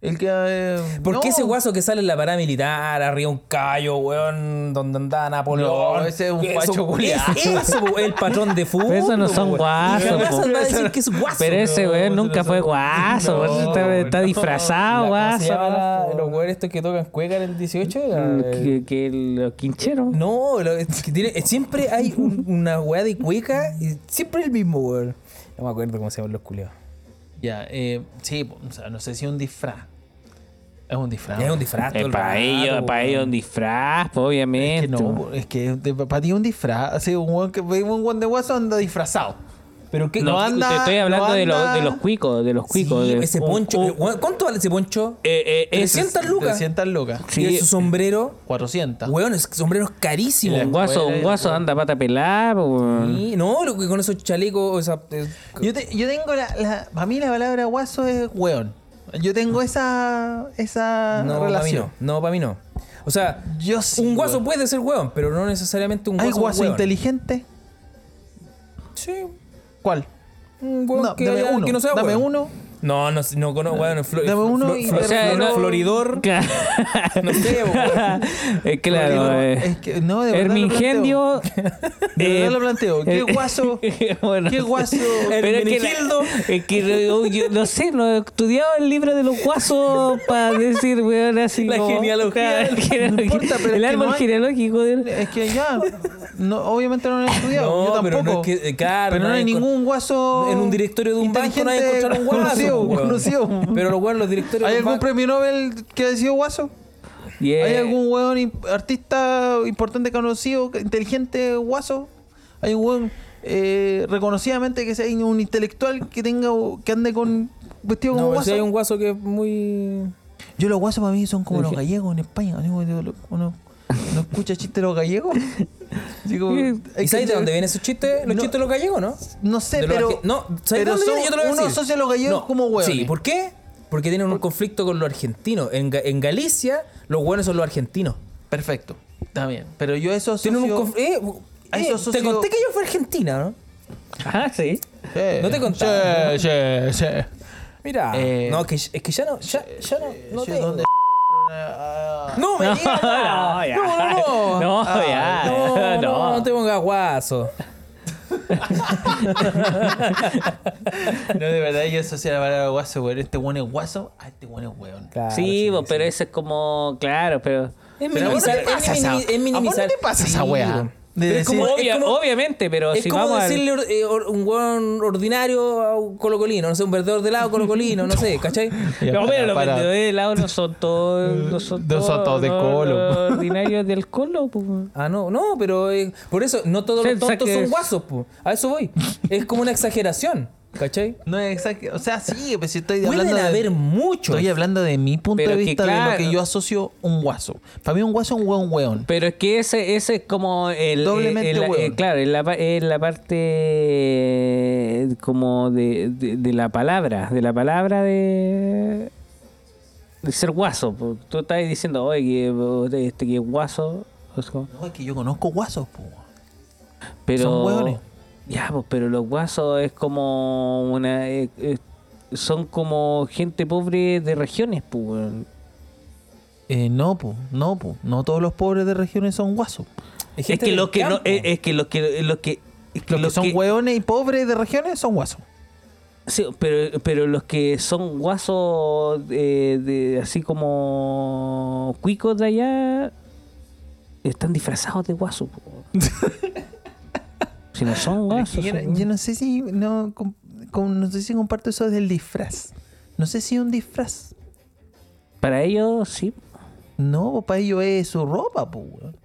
C: el que... eh,
B: ¿Por qué
C: no,
B: ese guaso que sale en la parada militar, arriba un callo, weón, donde andaba Napoleón?
C: No, ese es un
B: Eso,
C: guacho culiado.
B: es Eso, po, el patrón de fútbol.
D: Pero esos no
B: po,
D: son
B: weón.
D: guasos,
B: Y jamás
D: po.
B: va a decir que es guaso.
D: Pero ese
C: No,
D: weón
C: eso
D: nunca
C: no
D: fue
C: son-
D: guaso, por eso
C: No,
D: está, está
C: no.
D: disfrazado,
B: La- ¿cómo
D: guaso.
B: se
D: Mm,
B: llama la- los weones estos que tocan cueca en el 18? Era, eh,
D: Que, que los quincheros.
B: No, lo- es que tiene- eh, siempre hay un- una weá de cueca y siempre el mismo, weón. No me acuerdo cómo se llaman los culiados.
C: Ya, eh, sí, o sea, no sé si es un disfraz. Es un disfraz.
B: Es un disfraz. todo
D: Eh,
B: el
D: para
B: rato,
D: ellos,
B: po,
D: para
B: weón.
D: ellos un disfraz, po,
C: Es
B: Este
D: obviamente.
C: que no, es que de- para ti es un disfraz. Así, un weón que un weón de guaso anda disfrazado. Pero que
D: No, te estoy hablando de, los, de los cuicos, de los cuicos.
B: Sí,
D: de-
B: ese
D: un-
B: poncho.
D: un-
B: eh, weón, ¿Cuánto vale ese poncho?
D: eh, eh, es-
B: 300 lucas.
C: 300 lucas.
B: Y
D: sí,
B: ese sombrero.
C: 400.
B: Weón, ese sombrero es carísimo.
D: un guaso, un guaso anda pata pelada, po, weón.
B: Sí, No, lo que con esos chalecos, esa- eh,
C: Yo, te- yo tengo la, la... Para mí la palabra guaso es weón. Yo tengo esa, esa
B: no, para mí
C: Ah, relación.
B: no. No, para mí no. O sea,
C: Yo sí,
B: un guaso
C: weón.
B: puede ser weón, pero no necesariamente un guaso.
C: ¿Hay guaso
B: weón.
C: inteligente?
B: Sí,
C: ¿cuál?
B: un weón
C: No,
B: que,
C: dame uno,
B: que no sea
C: dame
B: weón.
C: uno.
B: No, no, sé, no conozco, weón. Flo-
C: Dame uno
B: flo-
C: y-
B: flo-
C: o sea,
B: flo-
C: no-
B: Floridor.
D: Claro.
B: No sé, weón.
D: Eh, claro,
C: Porque no,
D: eh.
C: es que no, de verdad lo
D: Hermingendio.
C: De verdad
D: eh,
C: lo planteo. ¿Qué
D: eh,
C: guaso?
D: bueno,
C: ¿Qué guaso?
D: Pero es que, la-
B: Hermenegildo.
D: es que no- yo no sé, no he estudiado el libro de los guasos para decir, weón, así
B: La
D: como-
B: genealogía.
D: la genealogía.
C: No importa, pero es
D: el
C: que
D: árbol
C: no hay-
D: genealógico. del-
C: Es que ya, no, obviamente no lo he estudiado.
B: No,
C: yo tampoco.
B: pero no es que- eh, claro,
C: Pero no,
B: no
C: hay
B: hay con-
C: ningún guaso.
B: En un directorio de un banco no hay que encontrar un guaso.
C: inteligente,
B: weón.
C: Conocido, conocido.
B: Pero los weón, los directorios
C: ¿Hay
B: de
C: algún
B: banco-
C: premio Nobel que haya sido guaso?
D: Y, eh,
C: ¿Hay algún weón imp- artista importante conocido, inteligente, guaso? ¿Hay un weón eh, reconocidamente que sea un intelectual que tenga que ande con vestido como
B: No,
C: guaso?
B: si hay un guaso que es muy.
C: Yo los guasos para mí son como
D: Dije-
C: los gallegos en España. así como que lo- Uno, uno escucha chistes de los gallegos. Así como-
D: ¿Y
C: hay
B: ¿Y sabes
C: que-
B: de dónde vienen esos chistes?
C: No.
B: Los chistes de los gallegos, ¿no?
C: No sé,
B: De los
C: pero,
B: arge- No, ¿sabes de
C: pero
B: dónde
C: son-
B: viene? Yo te lo voy a
C: uno
B: decir.
C: asocia a los gallegos
B: No,
C: como huevos.
B: Sí, ¿por qué? Porque tienen un conflicto con los argentinos. En, Ga- en Galicia, los hueones son los argentinos.
C: Perfecto. Está bien. Pero yo eso asocio...
B: Tienen un conf- eh,
C: a
B: eh,
C: eso
B: Te
C: asocio-
B: conté que yo fui a Argentina, ¿no?
D: Ah, sí.
C: Sí,
B: no te contaba.
C: Sí, sí, sí.
B: Mira.
C: Eh,
B: no, que, es que ya no. Ya, ya no. No,
C: Yo Eh,
B: tengo.
C: dónde-
B: no me digas. nada.
D: ya.
B: No, no, no.
D: No,
C: Ah,
D: ya.
B: No, no,
D: no.
B: no te pongas guaso.
C: No, de verdad, yo asocio la palabra guaso, weón. Este weón es guaso, ah, este weón es weón.
B: Claro,
D: sí, vos, pero eso es como, claro, pero...
B: Ah, Es
C: Pero ¿a vos no
B: minimizar.
C: te
B: Es
C: pasa esa-
B: minimi-
C: ¿a
B: es
C: vos no
B: minimizar.
C: te pasa esa
B: Sí,
C: weá?
B: weón.
C: De
B: Pero es
C: decir-
B: como- es
D: Obvia-
B: como-
D: obviamente, pero
B: Es
D: si
B: como
D: vamos al-
B: decirle or- eh, or- un hueón ordinario a un colocolino, no sé, un vendedor de helado colocolino, no sé, ¿cachai?
C: Ya,
D: No,
C: para-
D: pero los
C: para.
D: vendedores de helado no son todos. No son
C: No
D: todos,
C: son todos de colo.
D: Los ordinarios del colo, pues.
B: Ah, no, no, pero eh, por eso no todos los
D: Sensa
B: tontos
D: que
B: son
D: es-
B: guasos, po. a eso voy. Es como una exageración, ¿cachai?
C: No es exacto. O sea, sí, pero si estoy
B: Pueden
C: hablando de...
B: haber muchos.
C: Estoy hablando de mi punto
D: Pero
C: de
D: es que
C: vista de lo
D: claro.
C: que yo asocio un guaso. Para mí un guaso es un weón weón.
D: Pero es que ese, ese es como el.
C: Doblemente
D: el- el-
C: hueón.
D: eh, Claro, es la, pa- es la parte. eh, Como de, de, de la palabra. De la palabra de. De ser guaso. po. Tú estás diciendo, oye, que, oh, este, que es guaso. o sea,
C: No, es que yo conozco guasos, po.
D: Pero,
C: Son hueones.
D: Ya, pues, pero los guasos es como una. eh, eh, son como gente pobre de regiones, pues. weón.
C: Eh, no, po, no, po. No todos los pobres de regiones son guasos.
B: Hay
D: Es
B: gente
D: que
B: del
D: los que no.
B: campo.
D: eh, Es que los que. eh, Los que, es que
C: Los que
D: los
C: son
D: que-
C: hueones y pobres de regiones son guasos.
D: Sí, pero, pero los que son guasos eh, de, así como cuicos de allá están disfrazados de guaso. po. si no son
C: Es que
D: guasos.
C: yo, no-
D: son-
C: yo no sé si no, com- com- no sé si comparto eso del disfraz. No sé si un disfraz.
D: Para ellos, sí.
C: No, para ello es su ropa, pues. weón.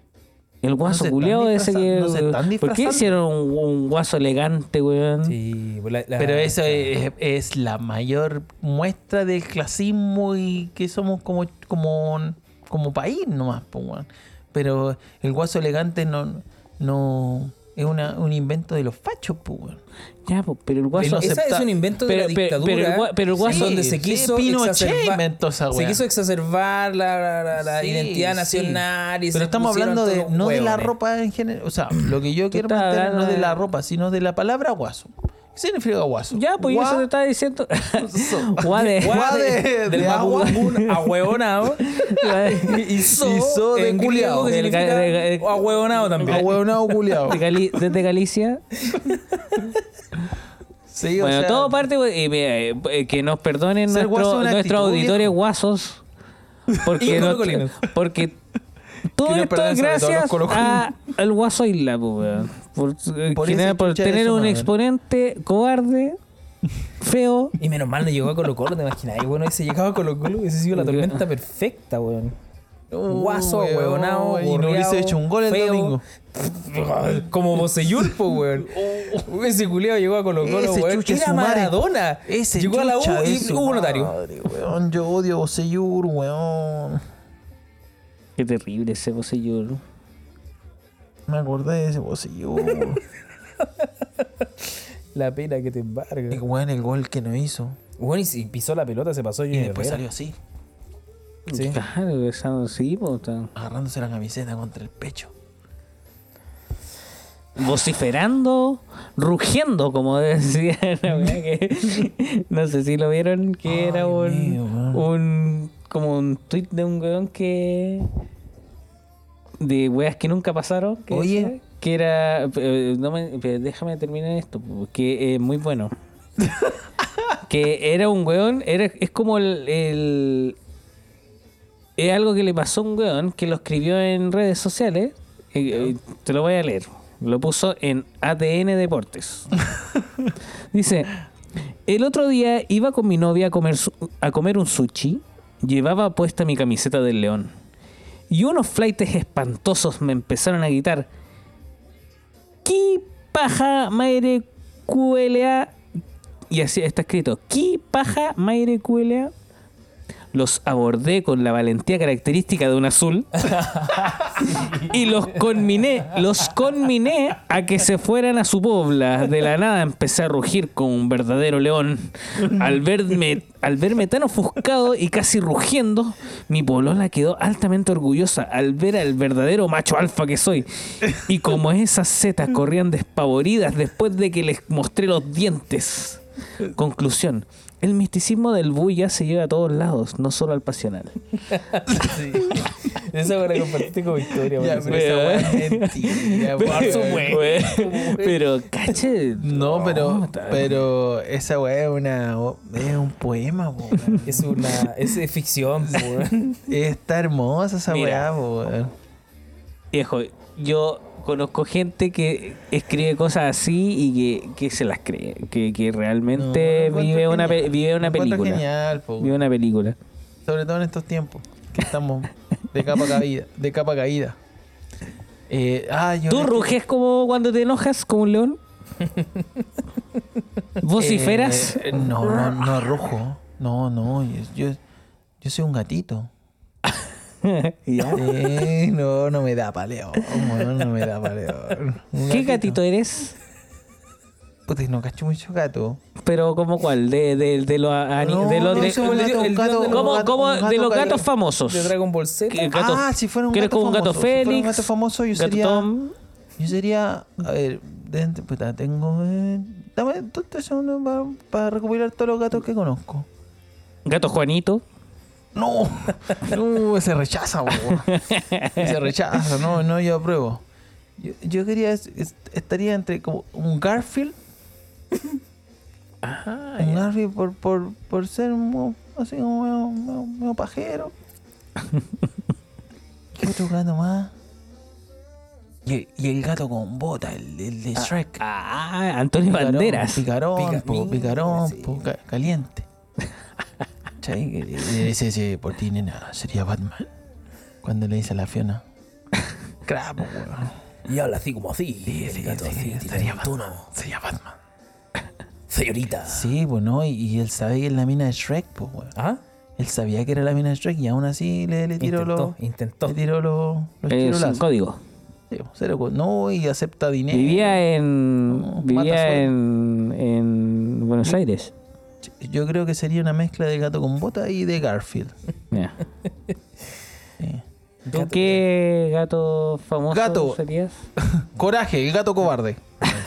D: El
C: se
D: guaso
C: están
D: culiao ese que.
C: disfrazando, no se están
D: ¿Por qué
C: disfrazando.
D: hicieron un, un guaso elegante, weón?
B: Sí, pues la- la-
C: Pero eso es, es la mayor muestra del clasismo y que somos como, como, como país nomás, pues, weón. Pero el guaso elegante no, no es una, un invento de los fachos, pues, weón.
D: Ya, po, pero el guaso.
C: no se-
B: Esa es un invento de
D: Pero-
B: la
D: pero-
B: dictadura.
D: pero el gua- pero el guaso-
B: donde
C: Sí,
B: se quiso
C: sí, Pinochet
B: exacerbar-
C: inventó esa
B: se
C: weá.
B: quiso exacerbar la, la- la- la
C: Sí,
B: identidad
C: sí.
B: nacional. Y se
C: Pero estamos
B: pusieron
C: hablando de
B: todos
C: no de la
B: hueones.
C: ropa en general. O sea, lo que yo quiero
D: estás
C: plantear no
D: hablando
C: de
D: de-
C: la ropa, sino de la palabra guaso. ¿Qué significa guaso?
D: Ya, pues yo
C: Gua-
D: eso te estaba diciendo. Guade.
C: Gua de-
B: del
C: de agua.
B: mapudungún ahueonao
D: Guade.
B: y so,
C: Y so de
B: en griego,
C: culiao.
B: que
D: Del
B: significa
D: ga- del ga-
B: ahueonao también.
C: Ahueonado culiao.
D: De Gali- Desde Galicia.
C: Sí, o
D: Bueno,
C: sea,
D: todo parte, güey, y mira, eh, eh, que nos perdonen
C: Ser guaso
D: nuestro-
C: es una
D: nuestros
C: actitud,
D: auditores
C: viejo.
D: guasos.
B: Y
D: Porque, nos-
B: colocolinos.
D: porque todo
C: Que nos
D: esto
C: perdonen
D: es
C: sobre todo
D: gracias
C: los colocolinos.
D: a- al guaso Isla, po, weón. Por, eh,
C: Por
D: general,
C: ese
D: por
C: chucha de
D: tener
C: su
D: un
C: madre.
D: exponente cobarde, feo.
B: Y menos mal no llegó a Colo Colo, te imaginas. Y bueno, se llegaba a Colo Colo, hubiese sido la tormenta perfecta, weón.
C: Uh,
B: Guaso,
C: weón,
B: huevonao,
C: Y no
B: gorreado,
C: hubiese hecho un gol el
B: feo.
C: domingo.
B: Como Bosellur, po, weón. Ese culiao llegó a Colo Colo,
C: Oh. Ese
B: weón.
C: chucha
B: Era
C: su madre.
B: Maradona.
C: Ese
B: llegó a la U
C: chucha de
B: y
C: su
B: hubo notario.
C: madre, weón, yo odio Boseyur, weón.
D: Qué terrible ese poseyur.
C: Me acordé de ese Boseyur.
B: La pena que te embarga.
C: y weón, el gol que no hizo.
B: Bueno, y si pisó la pelota, se pasó
C: Y después salió así,
B: Sí.
D: Claro, esa, sí, po, está-
C: agarrándose la camiseta contra el pecho.
D: vociferando, rugiendo, como decía la weá que- no sé si lo vieron, que
C: Ay,
D: era un,
C: mío, weón.
D: un- como un tweet de un weón que de weas que nunca pasaron, que,
C: Oye.
D: decía, que era eh, no me- pero déjame terminar esto, que es muy bueno. que era un weón, era, es como el, el- es algo que le pasó a un weón que lo escribió en redes sociales. Eh, eh, te lo voy a leer. Lo puso en ADN Deportes. Dice, el otro día iba con mi novia a comer, su- a comer un sushi. Llevaba puesta mi camiseta del león. Y unos flaites espantosos me empezaron a gritar. ¿Qué paja maire cuelea? Y así está escrito. ¿Qué paja maire cuelea? Los abordé con la valentía característica de un azul y los conminé, los conminé a que se fueran a su pobla. De la nada empecé a rugir como un verdadero león. Al verme, al verme tan ofuscado y casi rugiendo, mi polola quedó altamente orgullosa al ver al verdadero macho alfa que soy. Y como esas setas corrían despavoridas después de que les mostré los dientes. Conclusión. El misticismo del bulla se lleva a todos lados, no solo al pasional.
B: Esa weá la compartiste con Victoria,
C: Ya,
B: weón.
C: pero esa weá es
D: weón.
C: mentira,
B: Por
C: weón.
B: supuesto.
D: Pero, pero caché.
C: No, pero,
D: está-
C: pero esa weá es una es un poema, po, weón.
B: Es una. Es de ficción, po, weón.
C: Está hermosa esa
D: Mira.
C: weá, po, weón.
D: Viejo, yo conozco gente que escribe cosas así y que, que se las cree, que, que
C: No,
D: realmente
C: lo encuentro
D: vive, una, pe-
C: genial.
D: vive
C: Lo
D: una
C: encuentro
D: película.
C: genial, po,
D: Vive
C: weón.
D: una película.
C: Sobre todo en estos tiempos que estamos de capa caída, de capa caída. Eh, ah, yo
D: ¿Tú ruges como cuando te enojas como un león? ¿Vociferas?
C: Eh, no, no, no rujo. No, no, yo, yo, yo soy un gatito. Eh, no, no me da paleo. weón, No me da paleo. Un
D: ¿Qué gatito eres?
C: Puta, no cacho mucho gato.
D: Pero como cuál, de, de, de los ani-
C: No,
D: de los
C: no
D: de-
C: soy un gato, un gato, un
D: ¿Cómo-
C: gato,
D: cómo-
C: un gato
D: de los
C: cari-
D: gatos famosos.
B: De Dragon Ball Z.
D: ¿Qué Eh, gato-
C: ah, si fuera un
D: que eres
C: gato
D: como un gato
C: famoso, si fuera un
D: Félix,
C: gato famoso, yo
D: gato
C: sería-
D: Tom.
C: Yo sería. A ver, dentro, puta, tengo. eh, dame dos, tres segundos para, para recuperar todos los gatos que conozco.
D: Gato Juanito.
C: No, no, se rechaza, po, weón. Se rechaza, no, no, yo apruebo. Yo, yo quería. es- es- estaría entre como un Garfield
D: Ah,
C: Un Garfi por, por, por ser mu- así como medio, medio- medio pajero. ¿Qué otro gato más? Y el, y el gato con bota, el, el de Shrek.
D: ah, Antonio
C: Picarón,
D: Banderas.
C: Picarón,
B: Pica-
C: po,
B: mira,
C: picarón,
B: sí.
C: po, ca- caliente. Chay, que le- le dice, "Sí, por ti, nena, sería Batman. Cuando le dice a la Fiona. Crapo, weón.
B: Y habla así como así. el
C: sí,
B: gato
C: sí,
B: así, tiene
C: estaría
B: un
C: mal.
B: tono.
C: Sería Batman.
B: Señorita.
C: Sí, pues no, y, y él sabe que es la mina de Shrek, pues, weón.
B: ¿Ah?
C: Él sabía que era la mina de Shrek y aún así le, le tiró
B: Intentó,
C: los.
B: intentó.
C: Le tiró los. los
D: Eh, sin
C: chirolazos.
D: código.
C: Sí, pues, cero co- No, y acepta dinero.
D: Vivía en.
C: No, mata
D: vivía
C: sueldo.
D: en, en Buenos Aires.
C: Yo creo que sería una mezcla de gato con bota y de Garfield.
D: Mira.
C: Sí.
D: ¿Tú qué gato famoso
C: Gato.
D: serías?
C: Coraje, el gato cobarde.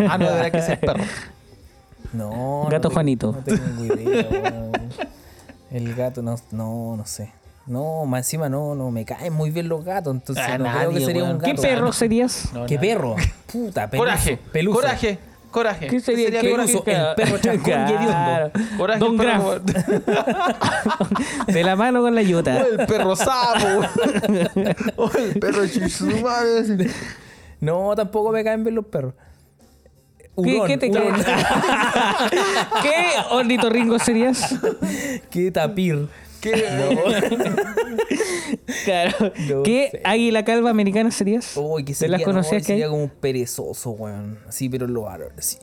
C: Ah, no, de verdad que ese es perro.
B: No.
D: Gato
B: no te-
D: Juanito.
B: No tengo idea, weón. El gato, no, no, no sé. No, más encima no, no me caen muy bien los gatos, entonces
C: Ah,
B: no creo
C: nadie,
B: que sería
C: weón.
B: un
D: ¿Qué
B: gato.
D: perro serías?
B: ¿Qué perro? Puta, peluso.
C: Coraje,
B: peluso.
C: coraje, coraje.
D: ¿Qué sería?
C: Sería
D: ¿Qué-
B: Peluso,
D: qué-
B: Este el perro chascón y hediondo.
C: Coraje,
D: Don
C: el perro
D: Graf.
C: cobarde.
D: De la mano con la yuta.
C: O el perro sapo. o el perro chisumare.
B: No, tampoco me caen bien los perros.
D: ¿Qué,
B: Hurón,
D: qué te
B: hurón.
D: ¿Qué ornitorrinco serías?
B: ¿Qué tapir?
D: Claro.
B: No
D: ¿Qué
B: sé.
D: águila calva americana serías?
B: Uy, que
D: ¿Te
B: sería,
D: las conocías
B: no,
D: que hay?
B: sería como un perezoso, weón. Sí, pero en los árboles. Sí.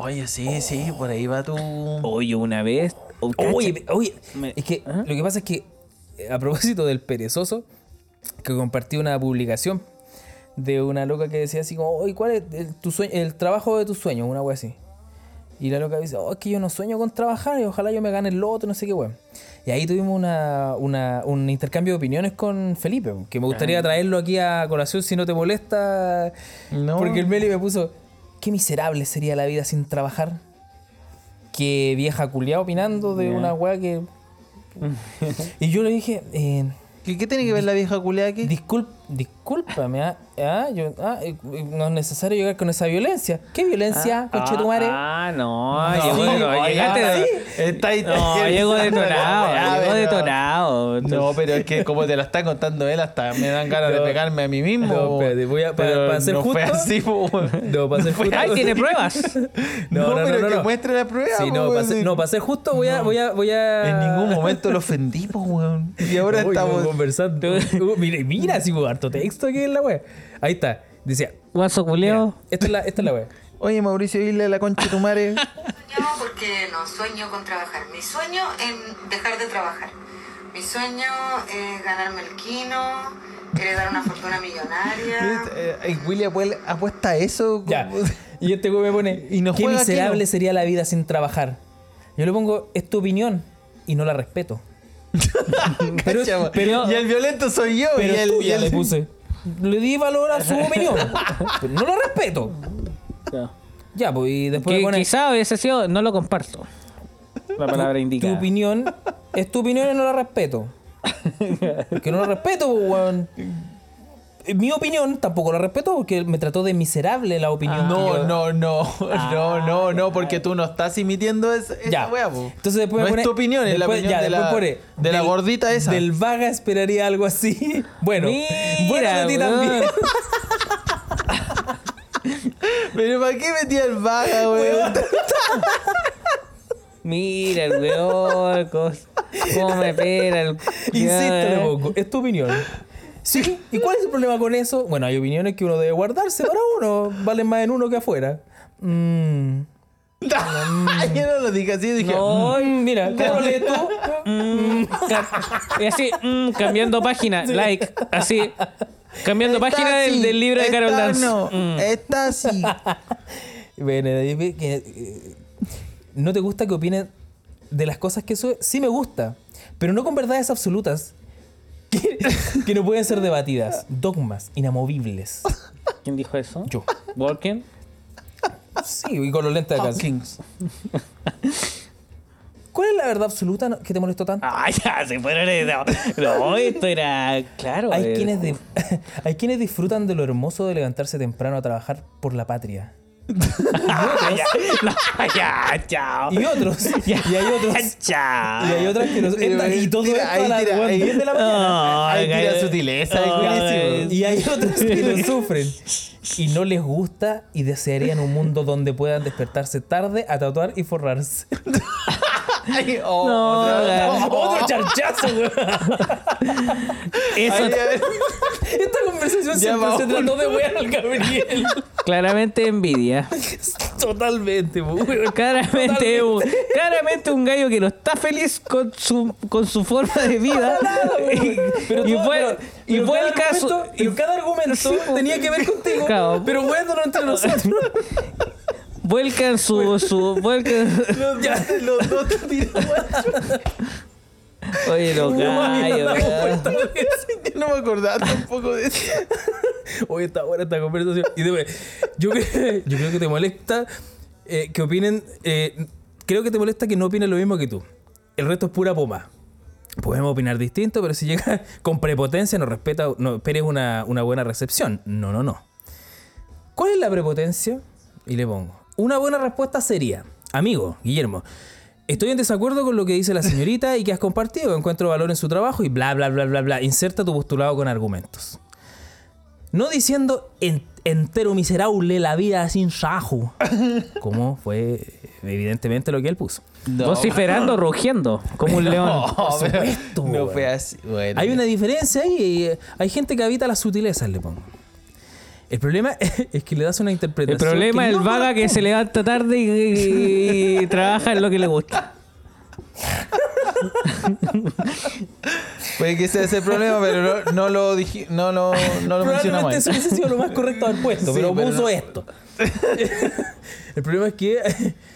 C: Oye, sí, sí, por ahí va tu.
A: Oye, una vez. oh,
B: Oye,
A: cacha,
B: pe- oye, es que lo que pasa es que, eh, a propósito del perezoso, que compartí una publicación de una loca que decía así como, oye, ¿cuál es el, tu sueño, el trabajo de tus sueños? Una wea así. Y la loca dice, oh, es que yo no sueño con trabajar y ojalá yo me gane el loto, no sé qué weón. Y ahí tuvimos una, una- un intercambio de opiniones con Felipe, que me gustaría traerlo aquí a colación si no te molesta.
C: No.
B: Porque el Meli me puso, qué miserable sería la vida sin trabajar. Qué vieja culiá opinando de una weá que... y yo le dije, eh,
C: ¿Qué, qué tiene que ver la vieja culeada aquí?
B: disculp- discúlpame, ah, ah, yo- ah, eh, no es necesario llegar con esa violencia. ¿Qué
C: Ah,
B: violencia, conchetumare?
D: Ah, no.
B: No,
D: llegó-
B: sí,
D: no,
B: oye,
D: llegaste
B: ahora
D: de-
C: Está ahí.
D: No, llegó detonado. llegó detonado.
C: No, pero es que como te la está contando él, hasta me dan ganas de pegarme a mí mismo.
B: No,
C: po.
B: espérate, voy a- para-
C: Pero
B: para ser
C: no fue
B: justo.
C: así, po.
B: No,
C: Pues,
B: para ser justo.
D: ¡Ay, tiene pruebas!
C: No,
B: No, no, no,
C: pero
B: no,
C: que
B: no.
C: muestre la prueba.
B: Sí, Ah. no,
C: po,
B: para
C: así.
B: ser, no, para ser justo voy a... Voy a, voy a...
C: En ningún momento lo ofendí, po, weón. Y ahora
B: Uy,
C: estamos.
B: conversando. Uh, mira, mira, si hubo harto texto aquí en la wea. Ahí está. Decía,
D: Guaso culeo.
B: esta es la, esta es la wea.
C: Oye, Mauricio, dile a la concha de tu madre.
E: No, porque no sueño con trabajar. Mi sueño es dejar de trabajar. Mi sueño es ganarme el quino, heredar una fortuna millonaria.
C: Eh, William Well apuesta a eso.
B: Ya.
C: como-
B: Y este güey me pone,
C: Y no
B: qué
C: juega
B: miserable
C: Kino".
B: sería la vida sin trabajar. Yo le pongo, es tu opinión y no la respeto. pero,
C: Chavo,
B: pero,
C: y el violento soy yo.
B: pero
C: y el,
B: tuya
C: y el-
B: le puse. Le di valor a su opinión. pero no la respeto. Ya, pues, y después me
D: Que
B: pone,
D: quizá hubiese sido, no lo comparto. La palabra
B: tu
D: indica.
B: opinión, es tu opinión y no la respeto. que no la respeto, pues, weón. Mi opinión tampoco la respeto porque me trató de miserable la opinión. que yo-
C: Ah,
B: Ah,
C: No, no, no, no, no, no, porque tú no estás imitiendo es- esa
B: Ya.
C: wea, po.
B: Entonces después
C: no
B: me pone-
C: es tu opinión, es la
B: después-
C: opinión
B: ya,
C: de,
B: después
C: la,
B: pone,
C: de la
B: del-
C: gordita esa.
B: Del vaga esperaría algo así. Bueno, bueno de ti
D: Mira,
B: también.
D: weón.
C: Pero ¿para qué metía el vaga, weón?
D: Mira el weón, cos- cómo me pega el.
B: Insisto,
C: eh.
B: le pongo, es tu opinión. Sí, ¿y cuál es el problema con eso? Bueno, hay opiniones que uno debe guardarse para uno, valen más en uno que afuera. Mm.
C: Yo no lo dije así, dije.
D: No,
B: Mm, mira, ¿cómo lees tú?
D: mm, ca- y así, mm, cambiando página, like, así. Cambiando
C: Está
D: página del-
C: así,
D: del, libro de
C: está
D: Carol Dance.
C: No,
D: Mm.
B: Eh.
C: está así.
B: Bueno, ahí ve que, eh, no te gusta que opinen de las cosas que sube. Sí me gusta, pero no con verdades absolutas que, que no pueden ser debatidas. Dogmas inamovibles.
D: ¿Quién dijo eso?
B: Yo.
D: ¿Walken?
B: Sí, y con los lentes de acá.
C: Hawkins.
B: ¿Cuál es la verdad absoluta no- que te molestó tanto?
D: Ah, ya, se fueron. No, no, esto era.
C: Ah,
D: Claro. eh.
B: Hay
D: el-
B: quienes, de- hay quienes disfrutan de lo hermoso de levantarse temprano a trabajar por la patria.
D: Ah, No, ya, chao.
C: Ah.
B: Y otros. Y hay otros.
D: Chao.
B: Y hay otras que no
C: Mira,
B: Y todo
C: mira,
B: esto
C: ahí
B: a las
C: tira,
B: weón,
C: ahí-
B: 10 de la mañana.
D: Ay,
C: Ahí tira
D: ay,
C: sutileza,
D: ay,
C: es buenísimo.
B: Y hay otros que lo sufren. Y no les gusta y desearían un mundo donde puedan despertarse tarde a tatuar y forrarse.
C: Ay, oh,
D: No,
C: otra-
D: la-
C: oh,
B: ¡Otro charchazo, weón!
D: Eso
C: ay, a ver.
B: Esta conversación
C: Ya
B: siempre
C: va
B: se trató de weón al Gabriel.
D: claramente envidia.
B: Totalmente, weón.
D: Claramente es un, claramente un gallo que no está feliz con su, con su forma de vida. Y-
B: Pero
D: y
B: todo-
D: fue,
B: pero-
D: y
B: pero
D: fue
B: cada
D: el caso.
B: argumento- pero cada argumento tenía que ver contigo.
D: Claro.
B: Pero bueno, no entre nosotros.
D: Vuelcan su. su vuelcan,
C: Los- ya, los dos te tiran, weón.
D: oye, los gallos. weón.
C: Yo no me acordaba tampoco de eso.
B: Hoy está buena esta conversación. Y dime, yo, cre- yo creo que te molesta eh, que opinen. eh, creo que te molesta que no opinen lo mismo que tú. El resto es pura poma. Podemos opinar distinto, pero si llega con prepotencia, no respeta, no esperes una, una buena recepción. No, no, no. ¿Cuál es la prepotencia? Y le pongo. Una buena respuesta sería, amigo, Guillermo, estoy en desacuerdo con lo que dice la señorita y que has compartido, encuentro valor en su trabajo y bla, bla, bla, bla, bla. Inserta tu postulado con argumentos. No diciendo en- entero miserable la vida sin sajo. Como fue evidentemente lo que él puso.
D: Vociferando, rugiendo, como un león.
C: No, Oh, pero
B: supuesto,
C: no
B: weón.
C: fue así. Bueno,
B: Hay una diferencia ahí. y, eh, Hay gente que habita las sutilezas, le pongo. El problema es que le das una
D: El
B: interpretación.
D: problema
B: que
D: es el
B: no
D: vaga que se levanta tarde y, y- y trabaja en lo que le gusta.
C: Puede que sea ese el problema, pero no, no lo dije, no lo, no lo mencionamos.
B: Probablemente
C: ahí.
B: eso hubiese sido lo más correcto haber puesto,
C: Sí,
B: pero,
C: pero
B: puso
C: no.
B: esto. el problema es que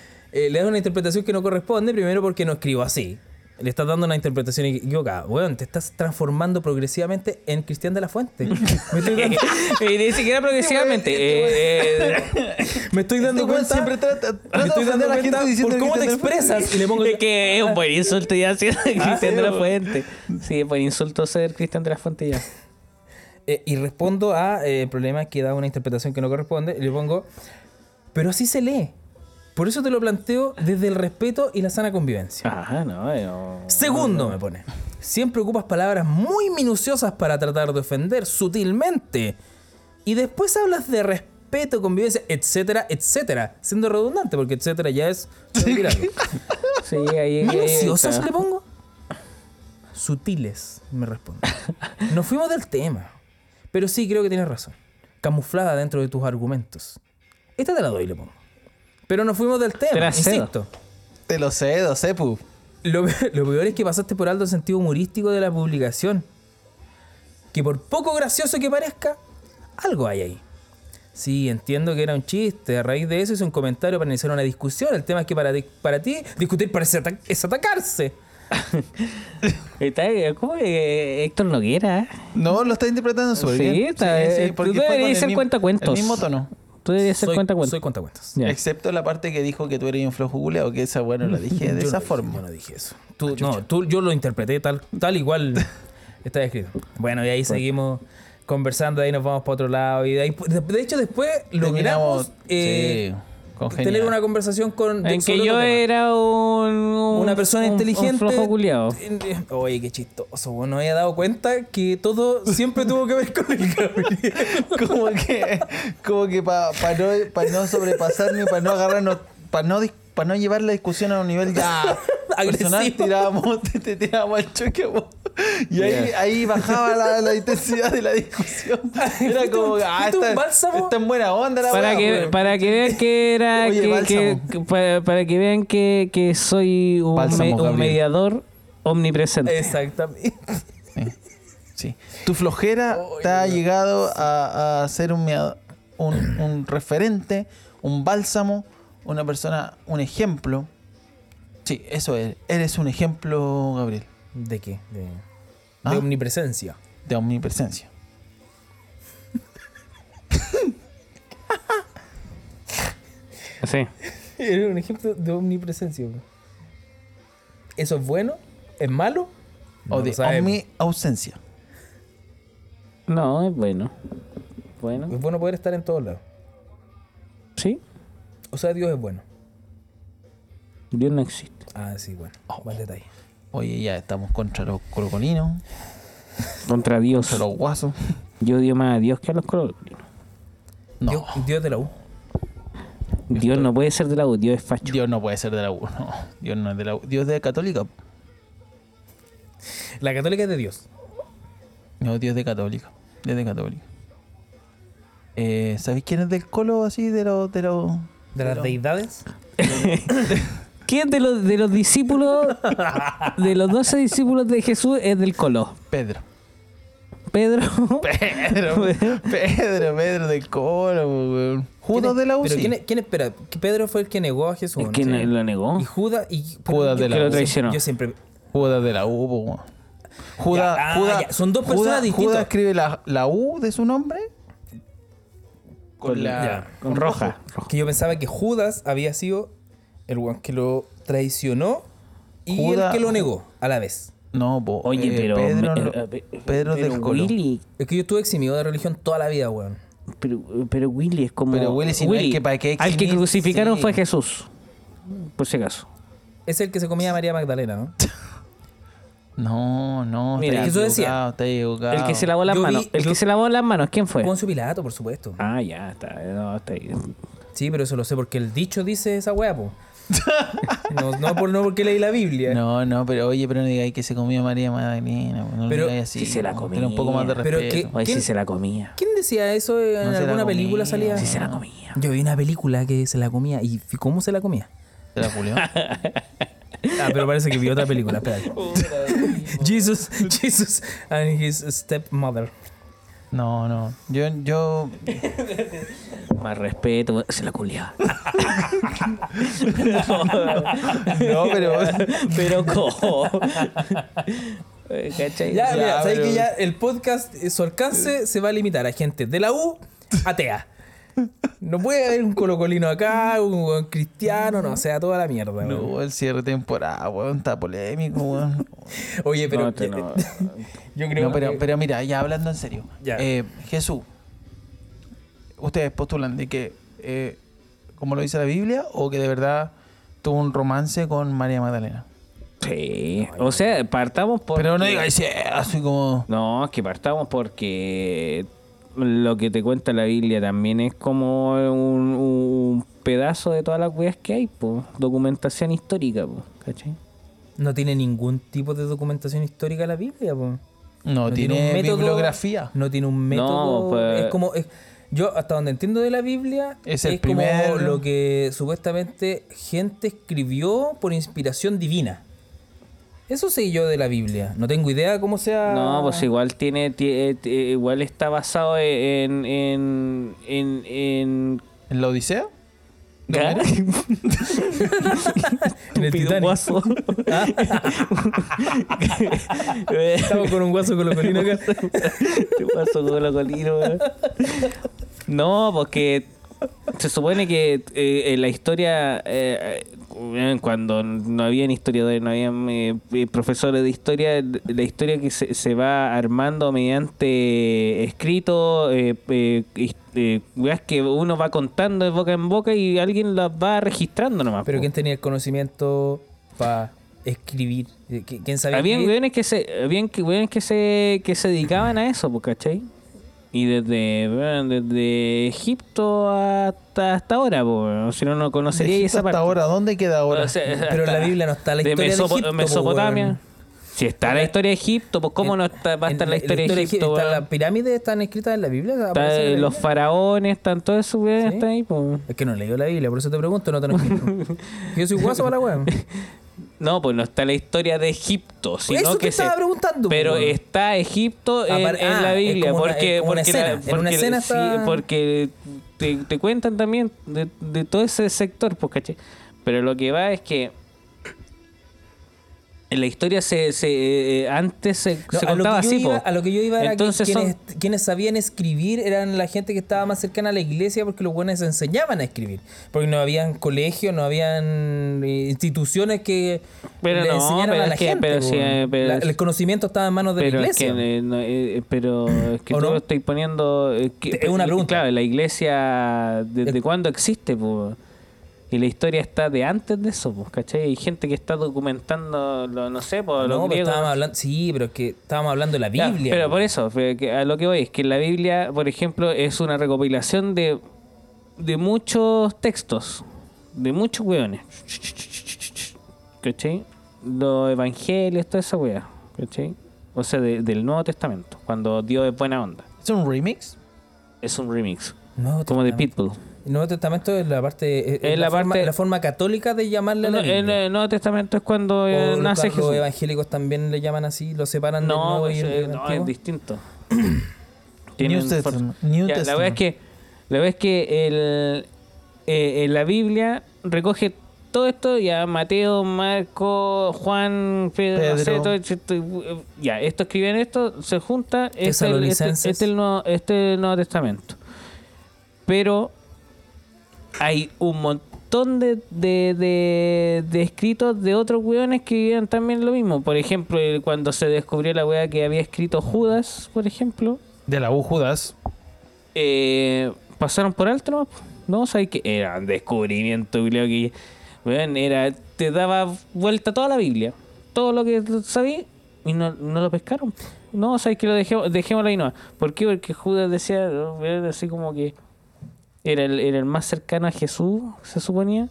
B: eh, le das una interpretación que no corresponde, primero porque no escribo así. Le estás dando una interpretación equivocada. Weón, te estás transformando progresivamente en Cristian de la Fuente. Me estoy dando,
D: Y ni siquiera progresivamente. eh, eh,
B: me estoy
C: Este
B: dando
C: weón
B: cuenta.
C: siempre trata,
B: me
C: trata
B: estoy
C: de ofender
B: dando
C: a la gente
B: cuenta
C: diciendo
B: por cómo
C: que
B: te
C: está
B: expresas. Y le pongo Ah,
D: Es que es un buen insulto ya ser Cristian de la Fuente.
B: pues.
D: Sí, es buen insulto ser Cristian de la Fuente ya.
B: Eh, y respondo a eh, el problema que da una interpretación que no corresponde. Y le pongo, pero así se lee. Por eso te lo planteo desde el respeto y la sana convivencia.
D: Ajá, no, no.
B: Segundo, me pone. Siempre ocupas palabras muy minuciosas para tratar de ofender sutilmente. Y después hablas de respeto, convivencia, etcétera, etcétera. Siendo redundante, porque etcétera ya es. retirarlo.
D: Sí, ahí ahí
B: ¿Minuciosas
D: está.
B: le pongo? Sutiles, me responde. Nos fuimos del tema. Pero sí, creo que tienes razón. Camuflada dentro de tus argumentos. Esta te la doy, le pongo. Pero nos fuimos del tema,
D: la cedo.
B: insisto.
C: Te lo cedo, Sepu.
B: Lo, pe- lo peor es que pasaste por alto el sentido humorístico de la publicación. Que por poco gracioso que parezca, algo hay ahí. Sí, entiendo que era un chiste. A raíz de eso hice un comentario para iniciar una discusión. El tema es que para ti, para ti discutir parece ata- es atacarse.
D: Está, eh, ¿Cómo que Héctor Noguera?
C: No, lo está interpretando súper
D: Sí,
C: bien.
D: está- eh, tú
B: pues,
C: fue con
D: deberías
C: el
D: ser
C: mismo-
D: cuentacuentos.
C: El mismo tono.
D: Tú deberías ser
B: soy,
D: cuenta
B: Soy
D: cuenta.
B: cuentacuentas.
D: Ya.
C: Excepto la parte que dijo que tú eres un flojo culeado, que esa, bueno, la dije de
B: Yo
C: esa
B: no dije-
C: forma. Ah,
B: yo no dije eso. Tú- no, tú, yo lo interpreté tal, tal igual está escrito. Bueno, y ahí seguimos conversando, de ahí nos vamos para otro lado. Y de, ahí, de, de hecho, después logramos
C: Terminamos,
B: eh,
C: sí, congeniar.
B: tener una conversación con. de-
D: En
B: sobre
D: que yo
B: otro tema.
D: era un, un-
B: Una persona
D: un-
B: inteligente.
D: Un flojo culiao.
B: Eh, Oye, qué chistoso. vos No había dado cuenta que todo siempre tuvo que ver con el Gabriel.
C: como que como que para no, pa no sobrepasarme, para no agarrarnos, para no para no llevar la discusión a un nivel ya personal,
B: Agresivo.
C: tirábamos, te, te tirábamos al choque a vos. Y ahí, ahí bajaba la, la intensidad de la discusión. Era como, ah,
B: Fuiste un
C: está,
B: bálsamo.
C: está en buena onda la
D: Para
C: weá,
D: que,
C: weón.
D: para que vean que era
C: Oye,
D: que, que-
C: bálsamo.
D: que- para, para que vean que, que soy un,
C: Bálsamo,
D: me- un
C: Gabriel.
D: mediador omnipresente.
B: Exactamente.
C: Sí. Tu flojera te ha llegado a, a ser un, mea- un, un referente, un bálsamo, una persona, un ejemplo. Sí, eso es. Eres un ejemplo, Gabriel,
B: ¿De qué? De, de
C: Ah.
B: omnipresencia.
C: de omnipresencia.
D: Sí.
B: Era un ejemplo de omnipresencia. bro. ¿Eso es bueno? ¿Es malo? No
C: o
B: lo
C: de
B: sabemos.
C: omni ausencia.
D: No, es bueno. Bueno,
B: Es bueno poder estar en todos lados.
D: sí.
B: O sea, Dios es bueno.
D: Dios no existe.
B: Ah, sí, bueno.
D: Oh.
B: Buen detalle.
C: Oye, ya estamos contra los colocolinos,
D: Contra Dios.
C: contra los guasos.
D: Yo odio más a Dios que a los colombianos.
C: No,
B: Dios, Dios de la U.
D: Dios no puede ser de la U, Dios es facho.
C: Dios no puede ser de la U. no. Dios no es de la U. Dios es de católica.
B: La católica es de Dios.
C: No, Dios de católica. Dios de católica. Eh, ¿Sabéis quién es del colo así? De los. De los.
B: De las deidades.
D: ¿Quién de los, de los discípulos, de los 12 discípulos de Jesús es del Colo?
C: Pedro.
D: Pedro.
C: Pedro. Pedro, Pedro del colo, weón. Judas
B: ¿Quién es-
C: de la U.
B: Pero
C: sí.
B: ¿quién, es- quién espera? que Pedro fue el que negó a Jesús.
D: Es
B: ¿no?
D: que
B: Sí.
D: no- lo negó.
B: Y Judas y pero
C: Judas
B: yo-
C: de la
D: Que lo
C: U.
D: traicionó.
B: Yo siempre
C: Judas de la U, po, weón. Judas,
B: Ya, ah,
C: Judas-
B: ya, son dos
C: Judas-
B: personas distintas.
C: Judas escribe la, la U de su nombre con la.
B: ya.
D: Con roja. roja.
B: que yo pensaba que Judas había sido el weón que lo traicionó y
C: Judas-
B: el que lo negó a la vez.
C: No, po,
D: Oye,
C: eh,
D: pero.
C: Pedro,
D: me-
C: no-
D: eh, eh, pero
C: Pedro del colo.
D: Willy,
B: Es que yo estuve eximido de religión toda la vida, weón.
D: pero, pero Willy es como.
C: Pero Willy, si no hay que- ¿para qué
D: Al que
C: eximir?
D: crucificaron
C: Sí.
D: fue Jesús. Por si acaso.
B: Es el que se comía a María Magdalena, ¿no?
C: No, no,
D: Mira,
C: está
B: eso
C: equivocado,
B: decía.
C: está equivocado.
D: El que se lavó las
B: Yo vi-
D: manos. El
B: yo-
D: que se lavó las manos, ¿quién fue?
B: Poncio Pilato, por supuesto.
D: Ah, ya, está. No, está ahí.
B: Sí, pero eso lo sé porque el dicho dice esa weá, po. No, no, por, no porque leí la Biblia.
C: No, no, pero oye, pero no digáis que se comió María Magdalena. pues, No
B: Pero-
C: lo digáis así.
D: Si se la
C: no,
D: comía.
C: Ten un poco más de
B: Pero
C: respeto.
B: que-
D: Oye, si
B: ¿Quién-
D: se la comía.
B: ¿Quién decía eso en
C: No se la
B: alguna
C: comía,
B: película salía?
C: sí
D: Si se la comía.
B: Yo vi una película que se la comía. ¿Y f- cómo se la comía?
C: ¿Se la culió?
B: Ah, pero parece que vi otra película. Espera. Jesus, Jesus and his stepmother.
C: No, no. Yo, yo,
D: Más respeto, se la culiaba.
C: no, pero
D: Pero cómo. Eh, ¿Cachai?
B: Ya,
C: Ya,
B: mira, sabes
C: pero-
B: que ya el podcast, eh, su alcance se va a limitar a gente de la U atea. No puede haber un colocolino acá, un weón cristiano, no, o sea, toda la mierda. weón.
C: no, el cierre de temporada, weón, está polémico, weón.
B: Oye, pero
D: No, te- no.
B: yo creo
C: este No, pero,
B: que
C: pero mira, ya hablando en serio.
B: Ya.
C: Eh, Jesús, ustedes postulan de que, eh, como lo dice la Biblia, o que de verdad tuvo un romance con María Magdalena.
D: Sí. O sea, partamos por.
C: Pero no digáis sí, así como.
D: No, es que partamos porque lo que te cuenta la Biblia también es como un, un pedazo de todas las weas que hay, po. documentación histórica, po. ¿cachai?
B: no tiene ningún tipo de documentación histórica la Biblia, po.
C: No, tiene,
B: un método-
C: bibliografía.
B: No tiene un método.
D: pues-
B: Es como. es- yo, hasta donde entiendo de la Biblia,
C: Es el
B: como
C: primer-
B: lo que supuestamente gente escribió por inspiración divina. Eso sé yo de la Biblia. No tengo idea cómo sea.
D: No, pues igual tiene, ti- eh, ti- eh, igual está basado e, en, en, en, en-
C: ¿En la Odisea?
D: ¿Ah?
B: En el
D: Estúpido
B: Titanic.
D: guaso. Eh,
B: Estamos con un guaso con los colinos acá.
D: Te paso con la colina, weón. No, porque se supone que eh, en la historia, eh, eh, cuando no habían historiadores, no habían eh, eh, profesores de historia, la historia que se, se va armando mediante escrito, eh, eh, his- eh, weas que uno va contando de boca en boca y alguien las va registrando nomás.
B: Pero
D: po.
B: ¿quién tenía el conocimiento para escribir? Eh, ¿qui- ¿Quién sabía
D: Habían
B: escribir?
D: weones que se, habían que, weones que se, que se dedicaban a eso, pues, ¿cachai? Y desde, weón, desde Egipto hasta, hasta ahora, pues, si no, no conocería
C: Egipto
D: esa
C: hasta
D: parte.
C: ahora, ¿dónde queda ahora?
D: O sea,
B: Pero en la
D: hasta-
B: Biblia no está la
D: de
B: historia de,
D: Mesopo-
B: Egipto, po,
D: Mesopotamia.
B: weón.
D: Si está la historia de Egipto, pues cómo
B: En-
D: no está, va a
B: en
D: estar la historia de Egipto,
B: Egipto, está
D: weón?
B: las pirámides están escritas en la Biblia.
D: Está,
B: aparecen en la
D: los
B: Biblia.
D: faraones, están todos esos weones,
B: Sí.
D: están ahí, pues.
B: Es que no he leído la Biblia, por eso te pregunto, no te lo explico. Yo soy guaso para la weón.
D: No, pues no está la historia de Egipto, sino
B: Eso te
D: que se-
B: estaba preguntando,
D: Pero
B: weón.
D: está Egipto en,
B: Apar-
D: en la
B: ah, es
D: Biblia,
B: como una-
D: porque
B: es como una
D: porque
B: escena,
D: la-
B: en
D: porque
B: una escena
D: sí,
B: está-
D: porque te, te cuentan también de, de todo ese sector, pues caché. Pero lo que va es que en la historia se, se eh, antes se,
B: No,
D: se
B: a, lo
D: contaba
B: que yo
D: así,
B: iba,
D: po.
B: a lo que yo iba era
D: Entonces
B: que
D: son-
B: quienes, quienes sabían escribir eran la gente que estaba más cercana a la iglesia porque los buenos enseñaban a escribir. Porque no habían colegios, no habían eh, instituciones que
D: Pero
B: le
D: no,
B: enseñaran
D: pero
B: a la
D: es que-
B: gente.
D: pero
B: po,
D: sí,
B: weón.
D: eh, pero
B: La-
D: es-
B: el conocimiento estaba en manos de
D: Pero
B: la
D: es que,
B: iglesia.
D: eh, no, eh, pero es que
B: ¿O
D: yo
B: no?
D: estoy poniendo. eh, que-
B: Es una pregunta.
D: Claro, la iglesia, ¿desde
B: Es-
D: cuándo existe? po? Y la historia está de antes de eso, pues, ¿cachai? Hay gente que está documentando, lo, no sé, pues, los
B: No, pero
D: griegos.
B: estábamos hablando. Sí, pero es que estábamos hablando de la
D: Ya,
B: Biblia.
D: pero por eso, pero que a lo que voy es que la Biblia, por ejemplo, es una recopilación de, de muchos textos, de muchos hueones. ¿Cachai? Los evangelios, toda esa hueá. ¿Cachai? O sea, de- del Nuevo Testamento, cuando Dios es buena onda.
C: ¿Es un remix?
D: Es un remix,
B: Nuevo
D: como de
B: Testamento.
D: Pitbull.
B: El Nuevo Testamento es la parte. Es,
D: Es la
B: la,
D: parte-
B: forma, la forma católica de llamarle a
D: No,
B: la
D: el,
B: Biblia.
D: el Nuevo Testamento es cuando eh,
B: O
D: nace
B: los
D: Jesús.
B: evangélicos también le llaman así, lo separan del
D: No,
B: nuevo y
D: pues,
B: el
D: eh, no,
B: antiguo.
D: es distinto.
C: New
D: for-
C: Testament, New
D: Ya, La verdad es
C: Testament.
D: que, la verdad es que el, eh, eh, la Biblia recoge todo esto, ya Mateo, Marco, Juan, Pedro, no sé,
C: Pedro.
D: todo esto, esto, eh, ya, esto escriben esto, se junta, este es el- este,
B: Tesalonicenses.
D: este es el nuevo, este es el Nuevo Testamento. Pero hay un montón de, de, de- de escritos de otros weones que vivían también lo mismo. Por ejemplo, eh, cuando se descubrió la wea que había escrito Judas, por ejemplo,
C: De la U Judas.
D: eh, pasaron por alto, ¿no? No, sabes que era un descubrimiento, creo que weón, era, te daba vuelta toda la Biblia, todo lo que sabía, y no, no lo pescaron. No, sabes que lo dejemos, dejémoslo ahí no. ¿Por qué? Porque Judas decía, weón, así como que era el, era el más cercano a Jesús, se suponía.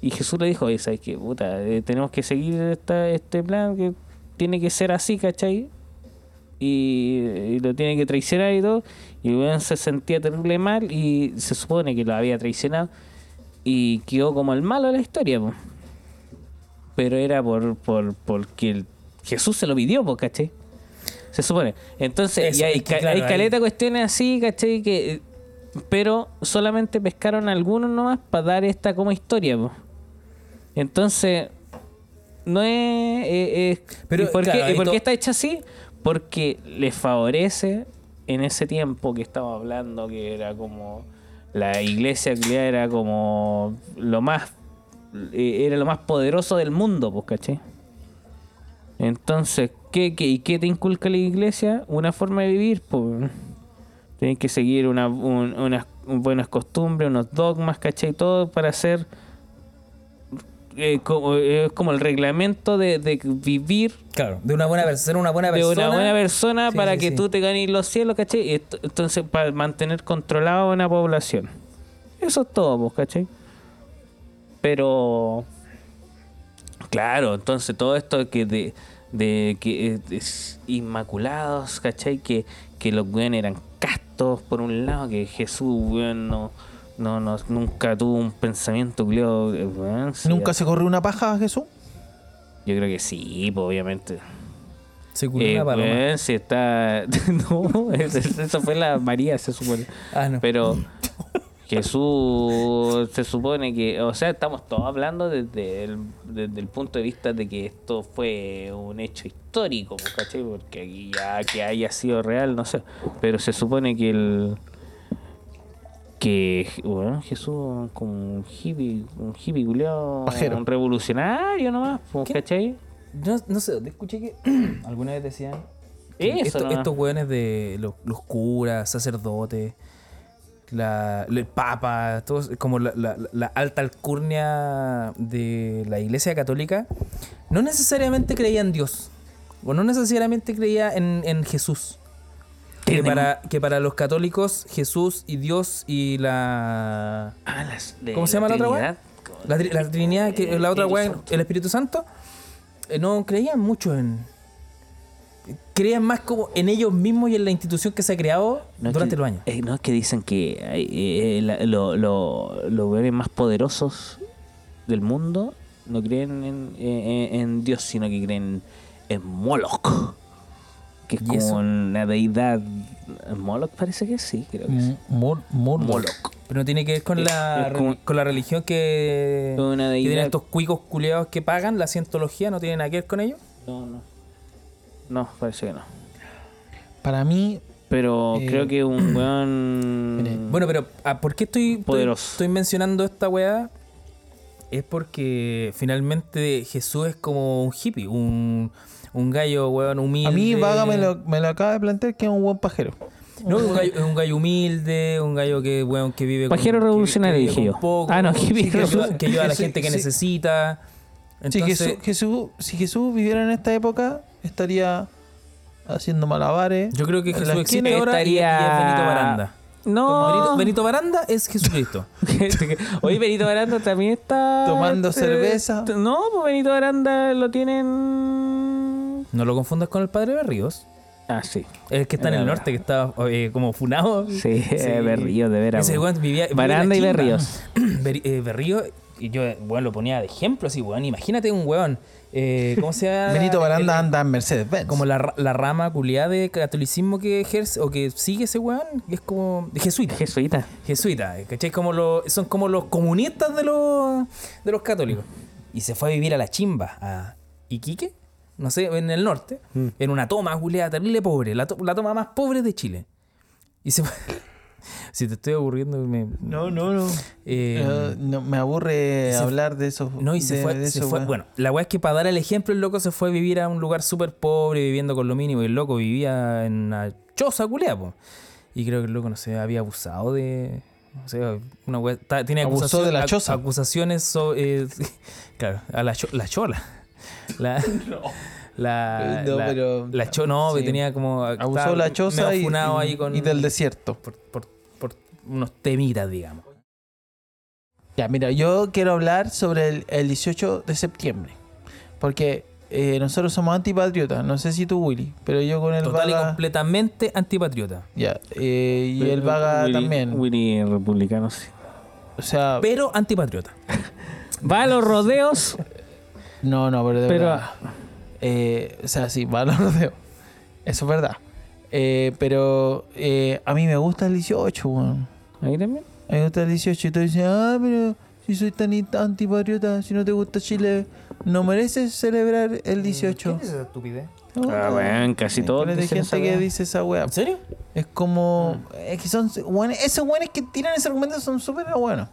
D: Y Jesús le dijo, oye, ¿sabes qué? Puta, eh, tenemos que seguir esta, este plan que tiene que ser así, ¿cachai? Y, y lo tiene que traicionar y todo. Y el weón se sentía terrible mal y se supone que lo había traicionado. Y quedó como el malo de la historia, po. Pero era por, por porque el- Jesús se lo pidió, po, ¿cachai? Se supone. Entonces,
B: Eso,
D: y hay,
B: es que
D: ca-
B: claro,
D: hay
B: ahí-
D: caleta cuestiones así, ¿cachai? Que, eh, pero solamente pescaron algunos nomás para dar esta como historia, po. Entonces, no es. eh, eh,
B: Pero,
D: ¿y por,
B: claro,
D: qué, y
B: ahí
D: por qué
B: to-
D: está hecha así? Porque les favorece en ese tiempo que estaba hablando, que era como. La iglesia que era como lo más. eh, Era lo más poderoso del mundo, pues, caché. Entonces, ¿qué, qué, y qué te inculca la iglesia? Una forma de vivir, pues. Tienes que seguir una- un- unas buenas costumbres, unos dogmas, ¿cachai? Todo para ser. eh, como, es como el reglamento de, de vivir
B: Claro, de una buena persona, ser una buena
D: de una
B: persona.
D: buena persona
B: Sí,
D: para
B: sí,
D: que
B: sí.
D: tú te ganes los cielos, ¿cachai? Y esto- Entonces, para mantener controlada una población. Eso es todo, pues, ¿cachai? Pero. Claro, entonces todo esto que de, de que eh, es inmaculados, ¿cachai? Que, que los weón eran castos por un lado, que Jesús, weón, no, no, no- nunca tuvo un pensamiento, creo, eh, weón, sí,
C: ¿Nunca se corrió una paja a Jesús?
D: Yo creo que sí, pues, obviamente.
B: Se curó
D: Eh,
B: una paloma.
D: weón, si está. no, es- es- eso fue la María, se supone.
B: Ah, no.
D: Pero Jesús se supone que. O sea, estamos todos hablando desde el, desde el punto de vista de que esto fue un hecho histórico, pues, ¿cachai? Porque aquí ya que haya sido real, no sé. Pero se supone que el. Que bueno, Jesús como un hippie, un hippie culiao,
C: Pajero.
D: un revolucionario nomás, pues,
B: ¿Qué?
D: ¿cachai?
B: Yo no- no sé, dónde escuché que alguna vez decían que
D: Eso
B: esto-
D: nomás.
B: estos hueones de los, los curas, sacerdotes, la- el papa, todos, como la, la- la alta alcurnia de la iglesia católica, no necesariamente creía en Dios, o no necesariamente creía en, en Jesús. Que para, que para los católicos, Jesús y Dios y la,
D: Ah, las de
B: ¿Cómo se llama la otra
D: Trinidad.
B: la, tri- la Trinidad, que la otra
D: Espíritu
B: weá,
D: Santo.
B: el Espíritu Santo, eh, no creían mucho en. Creían más como en ellos mismos y en la institución que se ha creado
D: No es
B: durante
D: que-
B: los años.
D: eh, no es que dicen que eh, eh, la- lo- lo- los weones más poderosos del mundo no creen en, eh, eh, en Dios, sino que creen en Moloch. Que es
B: ¿Y
D: como
B: eso?
D: una deidad. ¿Moloch parece que sí? Creo que sí.
B: Mm.
D: Moloch.
B: Pero no tiene que ver con,
D: Es-
B: la,
D: es como-
B: con la religión que,
D: Una
B: que
D: deidad.
B: tienen estos cuicos culiados que pagan, la cientología, no tiene nada que ver con ellos.
D: No, no. No, parece que no.
C: Para mí,
D: Pero
C: Eh,
D: creo que un
C: mire,
D: weón.
B: Bueno, pero ah, ¿por qué estoy, estoy-
D: Mm. Poderoso.
B: estoy mencionando esta weá? Es porque finalmente Jesús es como un hippie, un, un gallo, weón, humilde.
C: a mí Vaga me lo, me lo acaba de plantear que es un buen pajero.
B: No, es un gallo, es un gallo humilde, un gallo que, weón, que vive
D: Pajero
B: que- que
D: revolucionario,
B: vive con
D: dije yo.
B: poco,
D: Ah, no, que vive
B: que, ayuda, que ayuda a la
C: Sí,
B: gente que
C: sí.
B: necesita.
C: Si
B: Entonces,
C: Jesús, Jesús- si Jesús viviera en esta época, estaría haciendo malabares.
B: yo creo que
C: en la
B: Jesús
C: esquina.
B: existe ahora y, y es Benito Baranda. Benito,
D: No.
B: Benito Baranda es Jesucristo.
D: Oye, Benito Aranda también está.
C: Tomando
D: eh,
C: cerveza.
D: t- No, pues Benito Aranda lo tienen.
B: No lo confundas con el padre Berríos.
D: Ah, sí.
B: El que está en el norte, que está eh, como funado.
D: Sí, eh, Berríos, de veras.
B: Ese weón vivía. vivía en la
D: Baranda y
B: quinta.
D: Berríos.
B: Ber- eh, Berríos, y yo, weón, lo ponía de ejemplo así, weón. Imagínate un weón. eh, ¿Cómo se llama?
C: Benito
B: El-
C: Baranda anda en Mercedes Benz.
B: Como la, ra- la rama culiada de catolicismo que ejerce o que sigue ese weón, que es como jesuita.
D: Jesuita.
B: Jesuita, ¿cachai? Como los- son como los comunistas de los, de los católicos. Y se fue a vivir a la chimba, a Iquique, no sé, en el norte, en una toma culiada terrible pobre, la, to- la toma más pobre de Chile. Y se fue. si te estoy aburriendo, me.
C: No, Ah, no, no.
B: eh,
C: no, me aburre
B: se-
C: hablar de esos.
B: no, y se
C: de-
B: fue.
C: de
B: se
C: esos,
B: fue-
C: weón.
B: bueno, la weá es que para dar el ejemplo, el loco se fue a vivir a un lugar súper pobre, viviendo con lo mínimo, y el loco vivía en una choza culiada, po. Y creo que el loco, no sé, había abusado de. No sé, una weá. ta- Tiene
C: Abusó
B: acusación-
C: de la
B: ac-
C: choza.
B: Acusaciones sobre. claro, a la, cho- la chola. La. La,
C: Eh, No,
B: la,
C: pero-
B: la cho- no,
C: sí.
B: que tenía como. ah,
C: Abusó
B: estaba
C: de la choza
B: medio
C: y,
B: funado ahí
C: y-
B: con-
C: y del desierto.
B: por, por, por unos temitas, digamos.
C: Ya, mira, yo quiero hablar sobre el, el 18 de septiembre. Porque eh, nosotros somos antipatriotas. No sé si tú, Willy, pero yo con el
B: Total y
C: Vaga.
B: completamente antipatriota.
C: Ya, eh, y el Vaga
D: Willy-
C: también.
D: Willy republicano, sí.
C: O sea,
B: Pero antipatriota.
D: Va a los rodeos,
C: no, no, pero de
D: pero.
C: verdad. Eh, o sea, sí, va a los rodeos. Eso es verdad. Eh, pero eh, a mí me gusta el 18, weón.
D: Ahí también.
C: A mí me gusta el 18. Y tú dices, ah, pero si soy tan in- antipatriota, si no te gusta Chile, no mereces celebrar el 18.
B: esa estupidez?
C: Oh,
D: Ah, bueno, casi todos
C: Pero hay
D: dicen esa
C: gente que
D: weá. Mm.
C: dice esa weá.
B: ¿En serio?
C: Es como. Es que son. weones- esos weones que tiran ese argumento son súper buenos.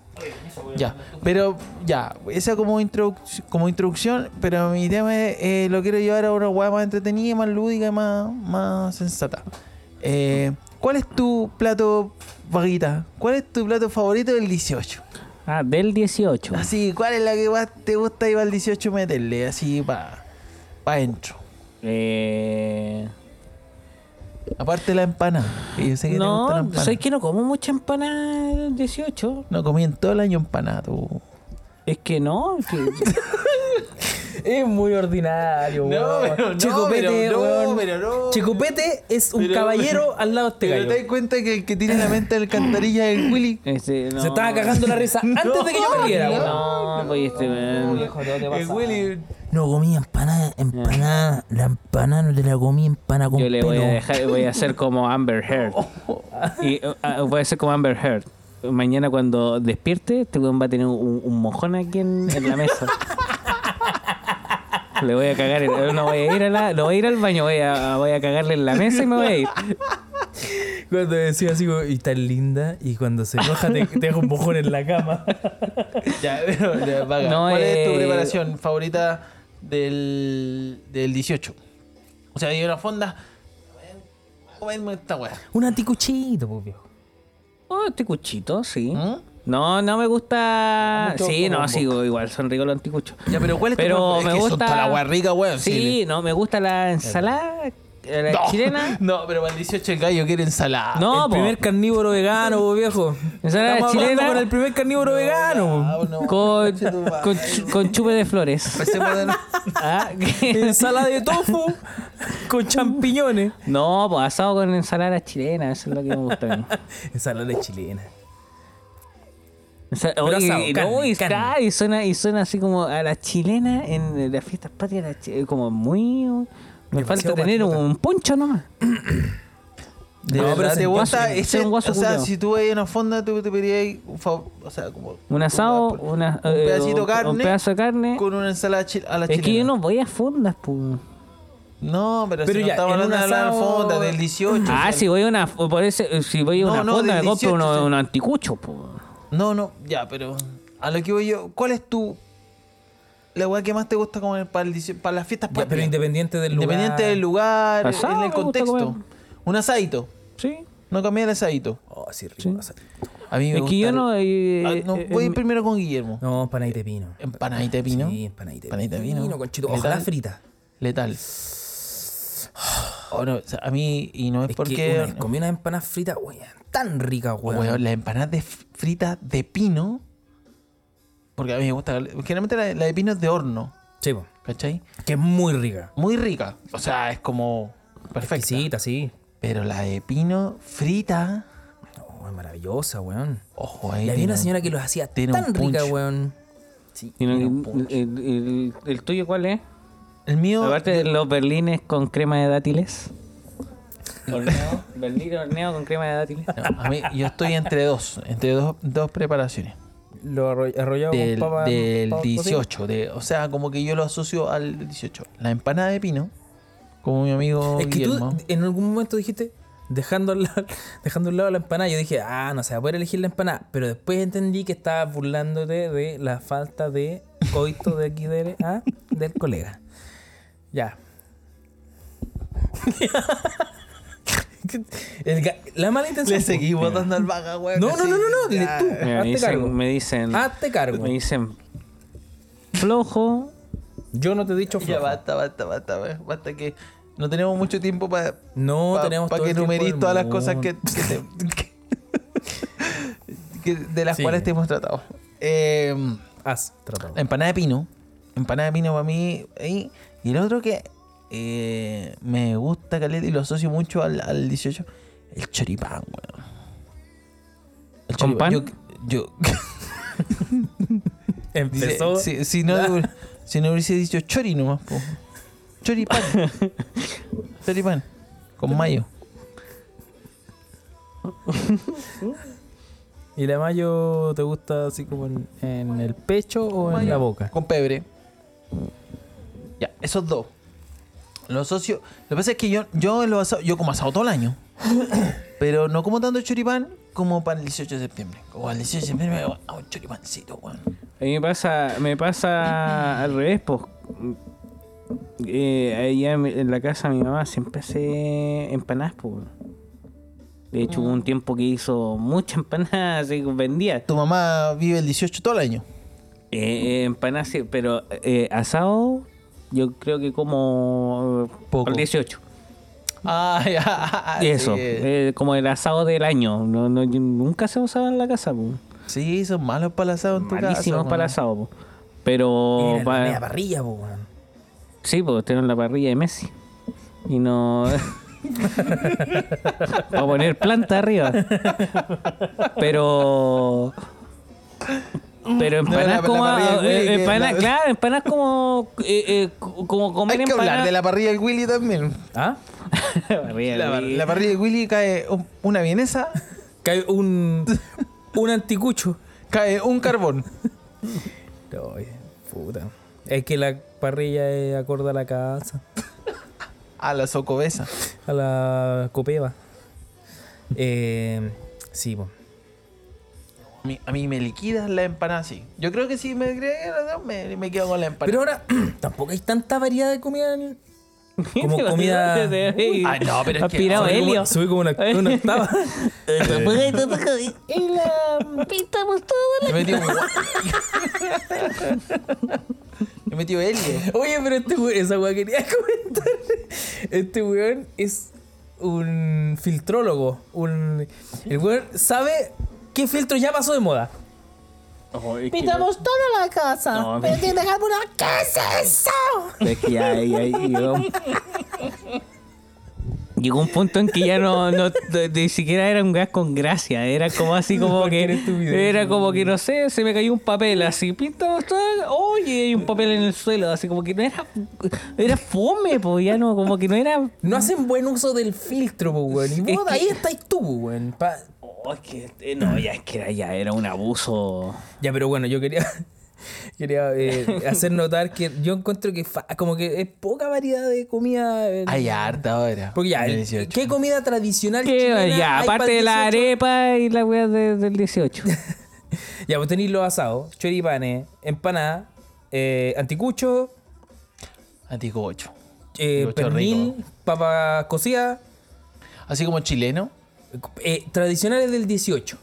C: Ya. Pero, ya. Esa como, introduc- como introducción. Pero mi tema es, eh, lo quiero llevar a una weá más entretenida, más lúdica, más, más sensata. Eh, ¿Cuál es tu plato, vaguita? ¿Cuál es tu plato favorito del 18?
D: Ah, del 18.
C: Así, ¿cuál es la que más te gusta ir al 18 meterle? Así, pa. Pa' adentro.
D: Eh,
C: Aparte la empanada. que yo sé que te gusta la
D: no,
C: empanada.
D: soy que no como mucha empanada del 18.
C: No comí en todo el año empanada, tú.
D: Es que no. es que-
B: Es muy ordinario, weón.
C: pero no,
B: Checopete,
C: pero no,
B: weón.
C: pero no.
B: Checopete es un
C: Pero-
B: caballero al lado de este
C: Pero
B: gallo.
C: te das cuenta que el que tiene la mente del cantarilla es el Willy.
D: este, no.
B: Se estaba cagando la risa antes de que yo me diera, weón.
D: No, pues este.
B: viejo, ¿de dónde
C: El
B: pasa?
C: Willy.
B: No comí empanada, empanada, la empanada no te la comí empanada con
D: Yo le voy a
B: pelo.
D: dejar, voy a hacer como Amber Heard. Y, eh, ah, voy a hacer como Amber Heard. Mañana cuando despierte, este weón va a tener un, un mojón aquí en, en la mesa. Le voy a cagar, el- no voy a ir, a la- no voy a ir al baño, voy a, voy a cagarle en la mesa y me voy a ir.
B: Cuando decía así, como, y tan linda, y cuando se enoja te, te deja un mojón en la cama.
C: Ya, pero ya, vaga.
D: No,
C: ¿Cuál es tu
D: eh,
C: preparación favorita del, del 18? O sea, hay una fonda. Comerme esta weá.
B: Un anticuchito, pues viejo.
D: Oh, este cuchito, sí.
C: ¿Mm?
D: No, no me gusta.
C: Mucho
D: Sí, no,
C: bombo.
D: sí, igual son ricos los anticuchos.
C: Ya, pero ¿cuál es
D: Pero
C: tu
D: me
C: es que son
D: gusta.
C: toda la weá rica, weón.
D: Sí, no, me gusta la ensalada eh, la
C: No.
D: chilena.
C: No, pero para el 18 el gallo quiere ensalada.
D: No,
B: el
D: po.
B: primer carnívoro vegano, pues viejo.
D: Ensalada
B: Estamos hablando
D: chilena.
B: con el primer carnívoro vegano.
C: Ah, no.
D: con, con, chu- con chupe de flores.
C: Empecemos de nuevo.
D: Ah, ¿qué?
B: Ensalada de tofu con champiñones.
D: No, pues asado con ensalada chilena, eso es lo que me gusta. a mí.
B: Ensalada chilena.
D: Ensa-
B: Pero
D: Oye,
B: asado,
D: y-
B: carne,
D: no, y,
B: carne.
D: claro, y suena, y suena así como a la chilena en las fiestas patrias, la chi- como muy... Me falta
B: Demasiado
D: tener
B: patriota.
D: un poncho nomás.
C: De
B: No, pero
C: verdad,
B: se
C: te gusta
D: guaso-
C: ese,
D: ser un
C: o
D: guaso
C: sea,
D: culiao.
C: si tú vas a una fonda, tú te pedirías un fav- o sea, como
D: Un asado, una,
C: una- un
D: eh,
C: pedacito de carne,
D: un pedazo de carne.
C: con una ensalada chi- a la
D: Es
C: chilena.
D: que yo no voy a fondas, pues.
C: No, pero,
B: Pero
C: si no
B: ya,
C: estamos
B: en un
C: hablando de la
B: asado-
C: fonda del 18.
D: Ah,
C: o sea,
D: si voy a una, por ese, si voy a
C: No,
D: una
C: no,
D: fonda
C: del
D: me compro
C: 18,
D: uno-
C: sí.
D: un anticucho, pues.
C: No, no, ya, pero a lo que voy yo, ¿cuál es tu la weá que más te gusta como para, el 18 para las fiestas
B: Ya, pero
C: patrias?
B: independiente del lugar.
C: Independiente del lugar,
D: Asado
C: en
D: me
C: el
D: gusta
C: contexto.
D: comer.
C: Un asadito.
D: Sí.
C: No cambié el asadito.
B: Oh, sí, rico.
D: Sí.
B: o sea.
C: A mí me
D: Es
C: gusta
D: que yo
C: el-
D: no. eh,
C: Ah, no,
D: eh,
C: voy
D: eh,
C: primero con Guillermo.
B: No, empanadita de pino.
C: Empanadita ¿Em- de pino.
B: Sí, empanadita de
C: Empanadita de
B: pino.
C: pino.
B: conchito.
C: Letal.
B: Ojalá frita.
C: Letal. Oh, no, o sea, a mí, y no es,
B: Es
C: porque.
B: que una vez comí unas empanadas fritas, weón. Tan ricas,
C: Weón,
B: weón.
C: las empanadas de f- fritas de pino. Porque a mí me gusta. Generalmente la, la de pino es de horno,
B: Sí, po.
C: ¿cachai?
B: Que es muy rica.
C: Muy rica. O sea, es como. Perfecta.
B: Exquisita, sí.
C: Pero la de pino frita.
B: No, Oh, es maravillosa, weón.
C: Ojo, ahí.
B: Y había
C: tiene
B: una
C: un-
B: señora que los hacía
C: tiene un
B: tan rica,
C: punch.
B: weón.
D: y no- el, el- el tuyo cuál es?
C: El mío.
D: Aparte de los berlines con crema de dátiles. Horneado. Berlín horneado con crema de dátiles.
C: No, a mí, yo estoy entre dos. Entre dos, dos preparaciones.
B: Lo arro- arrollado
C: Del,
B: con papa.
C: del
B: papa cocina.
C: 18. De, o sea, como que yo lo asocio al 18. La empanada de pino. Como mi amigo
B: Es que
C: Guillermo.
B: tú en algún momento dijiste, dejando al lado, dejando a un lado la empanada, yo dije, ah, no se va a poder elegir la empanada. Pero después entendí que estabas burlándote de la falta de coito de aquí del, ah, del colega. Ya. El ga- la mala intención.
C: Le seguí botando al vaga, weón.
B: No, no, no, no, no, dile
C: Ya.
B: tú.
D: Mira, me
B: hazte cargo.
D: dicen, me dicen.
B: Hazte cargo.
D: Me dicen. Flojo.
B: Yo no te he dicho
C: Ya
B: flojo.
C: basta, basta, basta, we- basta que no tenemos mucho tiempo para
B: No tenemos todo
C: que
B: el tiempo
C: numerís
B: del
C: todas las cosas que,
B: mundo.
C: que te- que- que- de las
B: Sí.
C: cuales te hemos tratado. Eh,
B: Has tratado.
C: la empanada de pino, empanada de pino para mí y, y el otro que eh, me gusta caleta y lo asocio mucho al, al 18, el choripán, weón. El
D: ¿Con pan?
C: Yo, yo- Dice,
B: Empezó.
C: si, si no, si no hubiese dicho chori nomás, po. Choripán. Choripán. Con mayo.
B: ¿Y la mayo te gusta así como en, en el pecho o en la boca?
C: Con pebre. Ya, esos dos. Los socios. Lo que pasa es que yo, yo, lo asado, yo como asado todo el año. pero no como tanto choripán como para el 18 de septiembre. Como al 18 de septiembre me voy a un choripancito, weón.
D: A mí me pasa, me pasa al revés, pues. Eh, allá en mi- en la casa de mi mamá siempre hace empanadas, pues. De hecho, hubo un
C: Mm.
D: tiempo que hizo muchas empanadas, así que vendía.
C: Tu mamá vive el 18 todo el año.
D: Eh, eh, empanadas, sí, pero eh, asado, yo creo que como. eh,
C: Poco.
D: al 18.
C: Ay, ah,
D: Eso,
C: Sí,
D: eh, como el asado del año. No, no, yo nunca se usaba en la casa, pues.
C: sí, son malos para el asado en tu casa.
D: Malísimos para el
C: weón.
D: asado, po. Pero.
C: Oh,
B: Mira,
D: pa-
B: la media parrilla, po, weón.
D: Sí, porque tienen la parrilla de Messi. Y no. Va a poner planta arriba. Pero. Pero
C: No, la-
D: empanadas
C: la
D: como.
C: parrilla de
D: eh,
C: Willy, que
D: empanadas-
C: la-
D: Claro, empanadas como. eh, eh, co- como comer
C: Hay que hablar
D: empanadas.
C: de la parrilla del Willy también.
B: ¿Ah?
D: la parrilla de
C: La,
D: Willy.
C: la parrilla del Willy cae un- una vienesa,
B: Cae un. un anticucho.
C: cae un carbón.
B: Ay, puta. Es que la parrilla es acorde a la casa,
C: A la socobesa.
B: a la copeva. Eh, sí, po.
C: A mí, a mí me liquidas la empanada así. Yo creo que si me crees, me, me quedo con la empanada.
B: Pero ahora tampoco hay tanta variedad de comida en el. como
D: Te vas a
B: comida-
D: hacer de- de-
C: Ah, no, pero es que-
D: Aspirado
B: Soy como-
D: helio.
B: soy como una, una octava.
F: Y la pintamos todo
C: Yo he metido mi gua- Yo he metido helio.
B: Oye, pero este weón, esa weá quería comentar. Este weón es un filtrólogo. Un, el weón sabe qué filtro ya pasó de moda.
D: Ojo, es que-
F: Pintamos toda la casa.
D: No,
F: pero
D: mi-
F: tiene que dejar una. ¿Qué es eso?
D: Es que ya, ya- ya llegó, llegó un punto en que ya no, no- no- ni siquiera era un gas con gracia, era como así como que
B: Cualquier estupidez.
D: era como que no sé, se me cayó un papel así, pinta oye, hay un papel en el suelo, así como que no era era fome, pues ya no, como que no era
B: No hacen buen uso del filtro, po, weón. Y
D: Es
B: vos
D: que-
B: ahí estáis tú, po, weón. Pa-
D: Oh, es que, eh, no, ya es que era ya era un abuso.
B: Ya, pero bueno, yo quería, quería eh, hacer notar que yo encuentro que fa- como que es poca variedad de comida. eh,
C: Hay harta ahora.
B: Porque ya,
C: En el
B: el-
C: 18.
B: ¿qué comida tradicional
D: Que,
B: chilena
D: ya,
B: hay
D: aparte
B: pa'l
D: de la
B: 18?
D: arepa y la weá de- del 18.
B: Ya, vos tenéis los asados, choripanes, empanadas, eh, anticucho,
C: Antiguo 8.
B: eh,
C: Anticucho
B: pernil,
C: rico.
B: papa cocida,
C: Así como chileno.
B: eh, tradicionales del 18.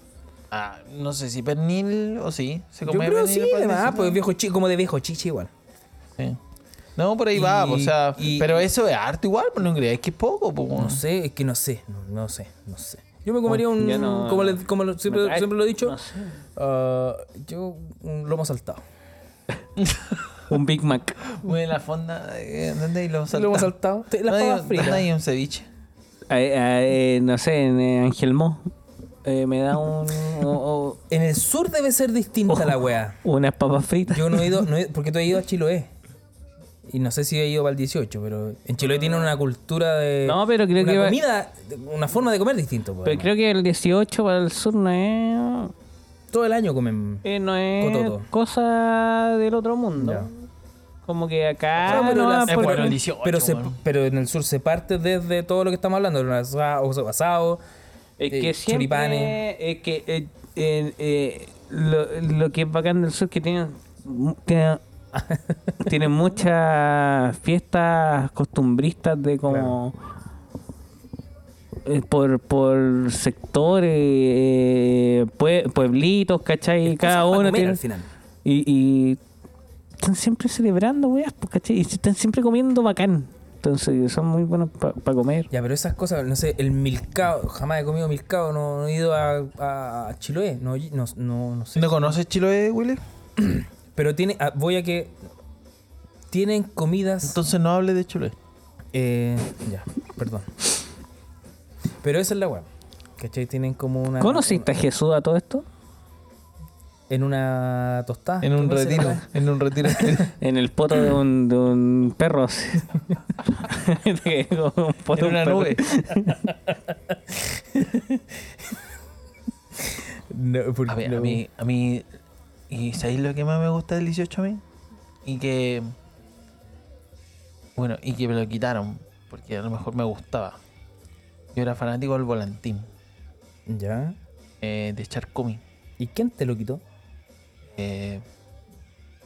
C: Ah, no sé si pernil o sí. Se
B: Yo
C: come
B: creo
C: pernil
B: sí,
C: para el
B: además,
C: desayuno.
B: pues viejo chi- como de viejo chiche igual.
C: Sí. No, por ahí va, pues,
B: Y-
C: o sea,
B: y-
C: pero eso es arte igual, pues no creáis que es poco, pues.
B: No sé, es que no sé, no, no sé, no sé. Yo me comería un,
D: yo no-
B: como, le- como lo- siempre,
D: me cae-
B: siempre lo he dicho,
D: no sé.
B: ah, yo un lomo saltado.
D: Un Big Mac.
C: Bueno, Pues, la fonda, eh, ¿dónde hay los
B: Lomo saltado. Te- Las papas
C: ¿Dónde
B: fritas.
C: hay un ceviche?
D: Eh, eh, no sé, en eh, Ángel Mo. Eh, me da un, o-
B: En el sur debe ser distinta la
D: Oh.
B: weá.
D: o- unas papas fritas.
B: Yo no he ido, no he- porque tú has ido a Chiloé. Y no sé si he ido para el 18, pero en Chiloé tienen una cultura de.
D: No, pero creo
B: una
D: que va-
B: comida, una forma de comer distinto. pues, po,
D: Pero
B: además.
D: creo que el 18 para el sur no es,
B: Todo el año comen.
D: eh, no es
B: Cototo.
D: cosa del otro mundo.
B: Ya.
D: Como que acá...
B: No, pero
D: no,
B: la-
D: ah, por-
C: bueno el 18,
B: pero, se-
C: weón.
B: pero en el sur se parte desde todo lo que estamos hablando: un asado, o sea, asado,
D: Es
B: eh,
D: que siempre,
B: choripanes.
D: Es que eh, eh, eh, lo, lo que es bacán del sur es que tienen, mu- tienen, tienen muchas fiestas costumbristas de como eh, por, por sectores, eh, pue- pueblitos, ¿cachai? Cada
B: cosas pa'
D: uno
B: comer
D: tiene...
B: al final.
D: Y, y están siempre celebrando, weas, pues, ¿cachai? Y se están siempre comiendo bacán. Entonces son muy buenos para comer.
B: Ya, pero esas cosas, no sé, el milcao, jamás he comido milcao, no, no he ido a, a- a Chiloé, no, no, no, no sé.
C: ¿No conoces Chiloé, Willy?
B: Pero tiene, ah, voy a que tienen comidas.
C: Entonces no hables de Chiloé.
B: eh, ya, perdón. Pero esa es la web. ¿Cachai? Tienen como una.
D: ¿Conociste a Jesús a todo esto?
B: En una
D: Ah,
B: tostada.
C: En un
B: ¿Cómo se
C: retiro,
B: llama?
C: en un retiro.
D: En el poto de un, de un perro. así. Te quedó un poto
C: en
D: de
C: una
D: un perro.
C: nube.
B: No, por-
C: A ver, a
B: no.
C: mí, a mí, ¿y sabéis lo que más me gusta del 18 a mí? Y que, bueno, y que me lo quitaron, porque a lo mejor me gustaba. Yo era fanático del volantín,
B: Ya.
C: eh, de Charcomi.
B: ¿Y quién te lo quitó?
C: eh,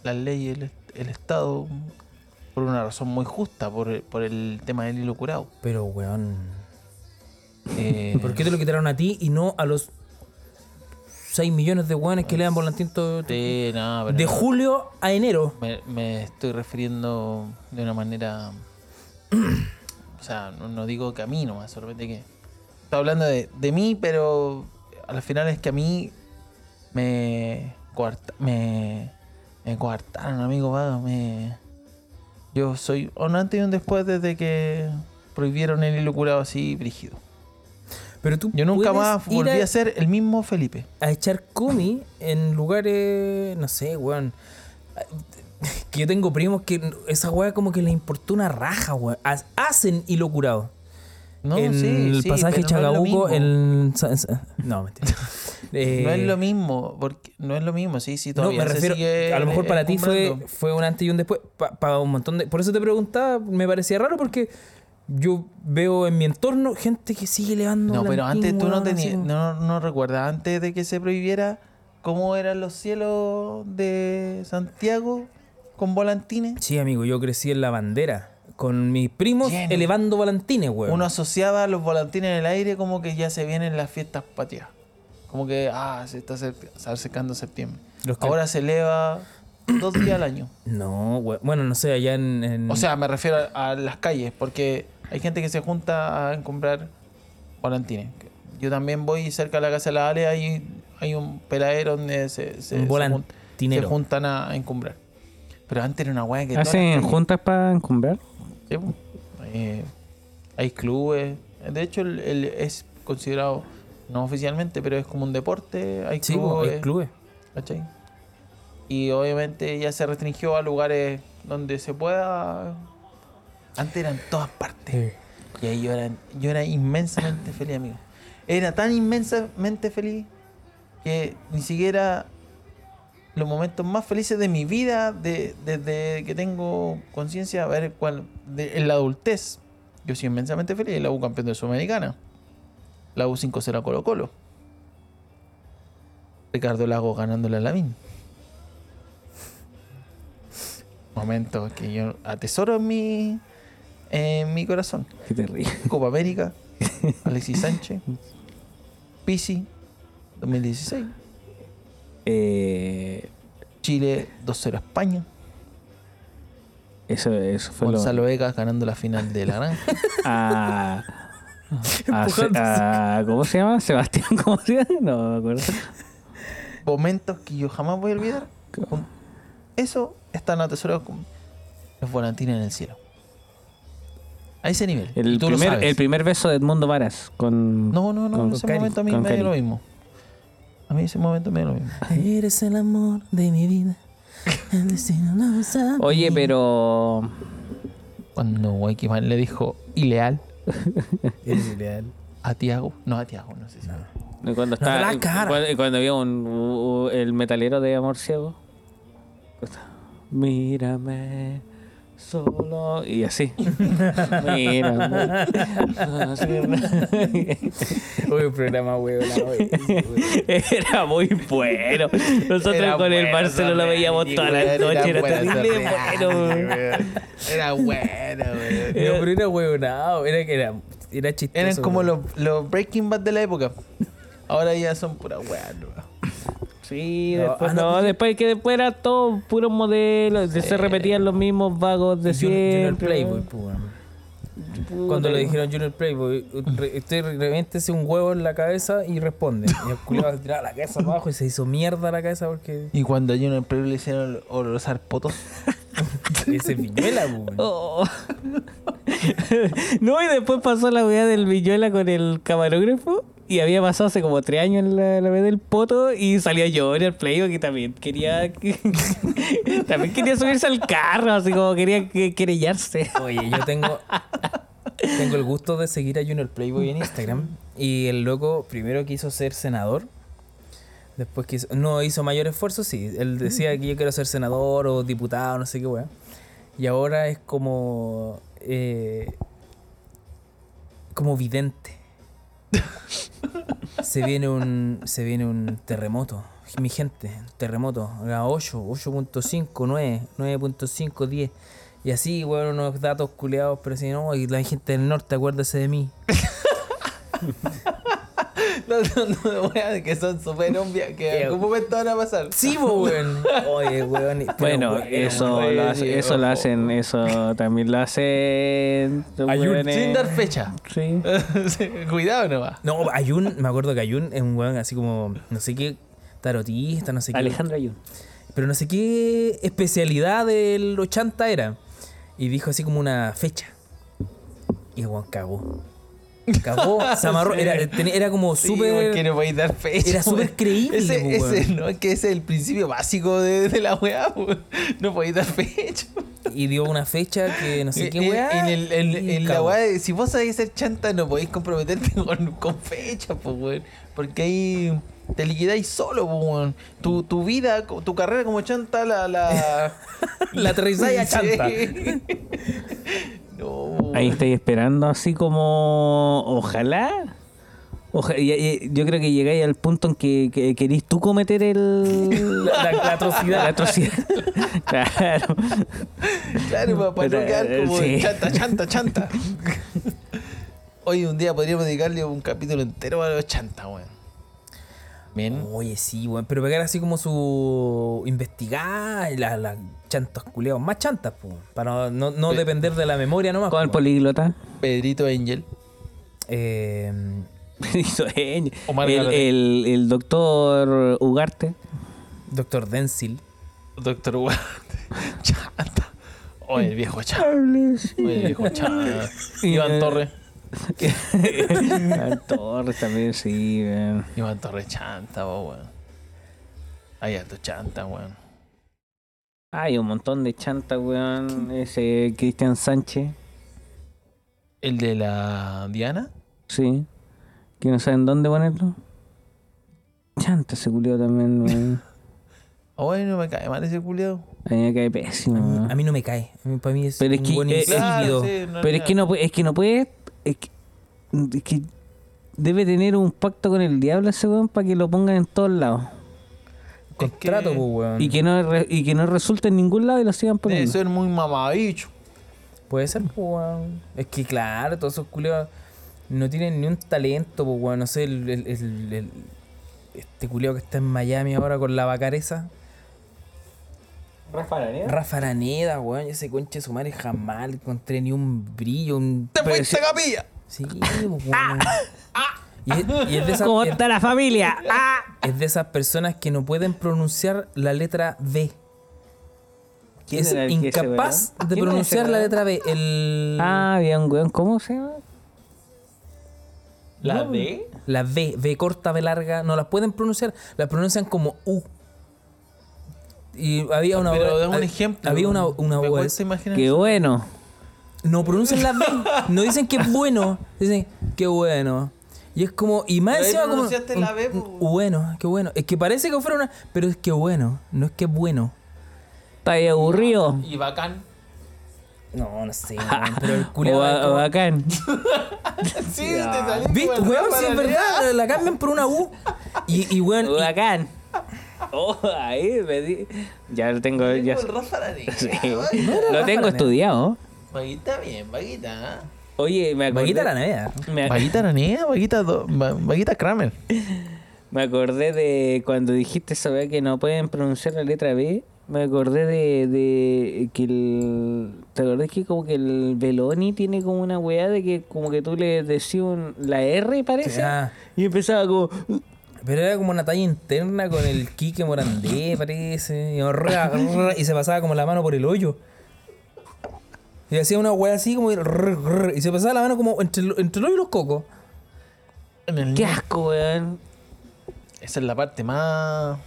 C: las leyes, el, el Estado, por una razón muy justa, por, por el tema del hilo curado.
B: Pero, weón.
C: Eh,
B: ¿Por qué te lo quitaron a ti y no a los 6 millones de weones que le dan volantín todo-
C: sí, no, pero
B: De
C: no,
B: julio a enero.
C: me, me estoy refiriendo de una manera... o sea, no, no digo que a mí nomás, solamente que... Está hablando de, de mí, pero al final es que a mí me... coarta- me, me coartaron, amigo, vaga, me... Yo soy un antes y un después desde que prohibieron el hilo curado así, brígido.
B: Pero tú
C: Yo nunca
B: puedes
C: más
B: ir
C: volví a... ser el mismo Felipe.
B: a echar comi en lugares, no sé, weón. Que yo tengo primos que esa weá como que les importó una raja, weón. Ha- Hacen hilo curado.
C: No,
B: en
C: sí,
B: el
C: sí,
B: pasaje
C: pero no es lo mismo.
B: Chacabuco, en... Sa- Sa- No, mentira. Eh,
C: No es lo mismo, porque no es lo mismo, sí, sí,
B: No,
C: todavía
B: me
C: se
B: refiero,
C: sigue,
B: a lo mejor
C: eh,
B: para ti fue,
C: cumpliendo.
B: fue un antes y un después, para un montón de... Por eso te preguntaba, me parecía raro porque yo veo en mi entorno gente que sigue elevando...
C: No, pero
B: volantín,
C: antes tú no
B: weón, así
C: tenías,
B: como-
C: no, no recuerdas, antes de que se prohibiera, cómo eran los cielos de Santiago con volantines.
B: Sí, amigo, yo crecí en la bandera, con mis primos
C: Lleno.
B: elevando volantines, weón.
C: Uno asociaba los volantines en el aire como que ya se vienen las fiestas patrias. Como que, ah, se está acer- se está acercando septiembre.
B: Los que-
C: Ahora se eleva dos días al año.
B: No, we- bueno, no sé, allá en... en-
C: O sea, me refiero a, a las calles, porque hay gente que se junta a comprar volantines. Yo también voy cerca de la casa de la Ale, hay, hay un peladero donde se, se,
B: Un
C: se jun-
B: volantinero.
C: se juntan a, a encumbrar. Pero antes era una weá que... todas las
D: ¿Hacen
C: calles-
D: juntas para encumbrar?
C: Sí, po. Eh, hay clubes. De hecho, el, el- es considerado, no oficialmente, pero es como un deporte. Hay
B: sí,
C: clubes.
B: clubes. hay clubes.
C: ¿Cachai? Y obviamente ya se restringió a lugares donde se pueda. Antes eran todas partes. Y ahí yo era, yo era inmensamente feliz, amigo. Era tan inmensamente feliz que ni siquiera los momentos más felices de mi vida, de- desde que tengo conciencia, a ver cuál. de- en la adultez, yo soy inmensamente feliz. La U campeón de Sudamericana. La U 5-0 a Colo Colo. Ricardo Lago ganándole a Lavín. Momentos que yo atesoro en mi, en mi corazón.
D: Que te ríes.
C: Copa América, Alexis Sánchez, Pisi 2016.
A: Eh,
C: Chile 2-0 a España.
A: eso, eso fue
C: Gonzalo
A: lo.
C: Vegas ganando la final de la granja.
D: Ah,
A: A, a, a- ¿Cómo se llama? Sebastián, ¿cómo se llama? No me acuerdo.
C: Momentos que yo jamás voy a olvidar. Con- Eso están atesorados con los volantines en el cielo. A ese nivel.
D: El
C: Y tú lo
D: primer,
C: sabes.
D: el primer beso de Edmundo Varas con.
C: No, no, no.
D: con
C: ese
D: Cari-
C: momento a mí
D: con
C: me dio
D: Cari.
C: lo mismo. A mí ese momento me dio lo mismo.
B: Eres el amor de mi vida. El destino no sabe.
D: Oye, pero.
C: Cuando Waikiman le dijo ileal
B: Eres ideal.
C: a Tiago. No, a Tiago, no sé si. fue.
D: Cuando
B: da
D: estaba.
B: la cara.
D: Cuando, cuando había un, u- u- el metalero de Amor Ciego. Mírame. Solo. Y así. Mírame.
B: Uy, un programa eh. huevo. la wea.
D: Era muy bueno. Nosotros
C: Era
D: con el
C: bueno,
D: Marcelo lo
C: esa
D: veíamos todas las
C: Era
D: noches. Era
C: buena esa
D: terrible
C: reality,
D: bueno.
C: weón. Era bueno, weón.
B: No, pero era huevonado. Era que era, era chistoso.
C: Eran como
B: weón.
C: los, los Breaking Bad de la época. Ahora ya son pura weá, nueva.
D: Sí,
B: No,
D: después,
B: ah, no,
D: no, después que después era todo puros modelos, se repetían los mismos vagos de
B: Jun- Junior,
D: siempre.
B: Playboy, pues, weón. Cuando le dijeron Junior Playboy, re- usted revéntese un huevo en la cabeza y responde. Y el culiado tiraba la cabeza para abajo y se hizo mierda la cabeza porque
C: Y cuando a Junior Preview le hicieron olor potos.
B: ese es viñuela, pues, weón.
D: Oh. no, y después pasó la weá del Villuela con el camarógrafo. Y había pasado hace como tres años la, la weá del poto y salía yo en el playboy que también quería también quería subirse al carro, así como quería que- querellarse.
B: Oye, yo tengo tengo el gusto de seguir a Junior Playboy en Instagram y el loco primero quiso ser senador. Después quiso, no hizo mayor esfuerzo, sí. Él decía que yo quiero ser senador o diputado, no sé qué weá. Y ahora es como eh, como vidente. Se viene un se viene un terremoto, mi gente, terremoto, a 8, 8.5, 9, 9.5, 10. Y así, bueno, unos datos culeados, pero si no, y la gente del norte, acuérdese de mí.
C: No, no, no, weá, que son súper obvias. Que en algún momento van a pasar.
B: Sí, po, weón. Oye, weón. y- pero,
D: Bueno,
B: weón,
D: eso
C: bueno,
D: lo hace- eso lo
C: ojo.
D: hacen, eso también lo hacen. los weones.
C: Sin dar fecha.
D: Sí.
C: Sí, Cuidado nomás.
B: No, Ayun, me acuerdo que Ayun es un weón así como, no sé qué, tarotista, no sé qué.
D: Alejandra Ayun.
B: Pero no sé qué especialidad del 80 era. Y dijo así como una fecha. Y el weón cagó. Cagó, se amarró. Era, tenía- era como
C: Sí,
B: súper.
C: porque no podéis dar fecha.
B: era súper
C: weón.
B: creíble,
C: Ese,
B: po,
C: ese,
B: weón.
C: no, es que ese es el principio básico de, de la weá. weón. No podéis dar fecha.
B: y dio una fecha que no sé qué
C: En-
B: weá.
C: En, el, en,
B: y
C: en la
B: cagó.
C: weá, de- si vos sabés ser chanta, no podéis comprometerte con, con fecha, pues, weón. Porque ahí te liquidáis solo, pues, weón. Tu, tu vida, co- tu carrera como chanta, la. La,
B: La aterrizáis a
C: Sí.
B: chanta.
C: no, weón.
D: Ahí estáis esperando así como... Ojalá. Oja- y- y- yo creo que llegáis al punto en que, que querís tú cometer el...
B: La, la- la atrocidad.
D: la atrocidad. claro.
C: Claro, pa- para no
D: Pero,
C: quedar como
D: sí.
C: chanta, chanta, chanta. Hoy un día podríamos dedicarle un capítulo entero a los chanta, weón. Bien.
B: Oye, sí, weón. Pero pegar así como su. investigar las las chantas culeados. Más chantas, pues. Para no, no
C: Pe-
B: depender de la memoria nomás.
D: Con el
B: po.
D: políglota.
C: Pedrito Angel.
B: Eh,
D: Hizo ñ.
C: Omar
D: el,
C: Garate.
D: el, el doctor Ugarte.
B: Doctor Denzil.
C: Doctor Guante. Chanta. O el viejo chanta. O el viejo chanta. Iván Torres.
D: Al Torres también, sí. weón.
C: Iván Torres chanta, po, weón. Hay alto chanta, weón.
D: Hay un montón de chanta, weón. Ese Cristian Sánchez.
C: El de la Diana.
D: Sí. Que no saben dónde ponerlo. Chanta se culió también, weón.
C: Oh, weón, no me cae mal ese culiado.
D: A mí me cae pésimo. weón.
B: A mí no me cae. A mí, para mí es
D: Pero es
B: un
D: que,
B: buen
D: eh,
B: insípido.
D: Pero es que no, pu- es que no puede. Es que, es que debe tener un pacto con el diablo ese weón para que lo pongan en todos lados.
B: Contrato, pues, weón.
D: Y que no re- y que no resulte en ningún lado y lo sigan
C: Debe
D: poniendo.
C: ser muy mamabicho.
B: Puede ser, pues, weón. Es que, claro, todos esos culeados. no tienen ni un talento, pues, weón. No sé, el, el- el- el- este culiao que está en Miami ahora con la vacareza.
D: Rafa Araneda.
B: Rafa Araneda, weón. Ese conche de su madre jamás le encontré ni un brillo, un.
C: ¡Te fuiste capilla!
B: Sí, pues, weón. Y es, y es de esas,
D: ¿Cómo
B: es-
D: está la familia? ¡Ah!
B: es de esas personas que no pueden pronunciar la letra B. Que
D: ¿Quién
B: es
D: era el que ese,
B: incapaz
D: weón?
B: de
D: ¿Quién era
B: pronunciar
D: ese,
B: la
D: weón?
B: letra B. El,
D: Ah, bien, weón. ¿Cómo se llama?
C: ¿La D?
B: La B, B corta, B larga, no las pueden pronunciar, las pronuncian como U. Y había una
C: Pero
B: obra-
C: dame un
B: hab-
C: ejemplo.
B: Había una, una
C: Me
B: obra-
C: cuesta imaginar.
D: Qué bueno.
B: No pronuncian la B, no dicen que es bueno, dicen qué bueno. Y es como, y más
C: Pero ahí
B: encima como.
C: pronunciaste la B,
B: un-
C: po.
B: un- Bueno, qué bueno. Es que parece que fuera una. Pero es que bueno, no es que es bueno.
D: Está ahí aburrido.
C: Y bacán.
B: No, no sé, weón, pero el
D: O,
B: culiao es
D: o
B: como-
D: bacán.
C: Sí, te saliste.
B: ¿Viste,
C: weón,
B: weón? Sí,
C: para leer.
B: es verdad, la cambian por una U. Y, y weón,
D: O
B: y-
D: bacán. Oh, ahí me di. Ya lo tengo.
C: Tengo
D: Ya...
C: el Rafa Araneda.
D: Sí.
C: Ay,
D: Lo tengo estudiado.
C: Vaguita bien, vaguita. ¿eh?
D: Oye, me acordé.
B: Vaquita la nevea.
D: me,
C: Vaguita Araneda, vaguita, do- va- vaguita Kramer.
D: me acordé de cuando dijiste saber que no pueden pronunciar la letra B. Me acordé de, de que el. ¿Te acordás que como que el Beloni tiene como una weá de que como que tú le decías un- la R, parece?
B: Ah.
D: Y empezaba como.
B: Pero era como una talla interna con el Quique Morandé, parece. Y, ra, ra, y se pasaba como la mano por el hoyo. Y hacía una weá así como. Y, ra, ra, y se pasaba la mano como entre, el- entre el hoyo y los cocos.
C: En el-
D: ¡Qué asco, weón!
C: Esa es la parte más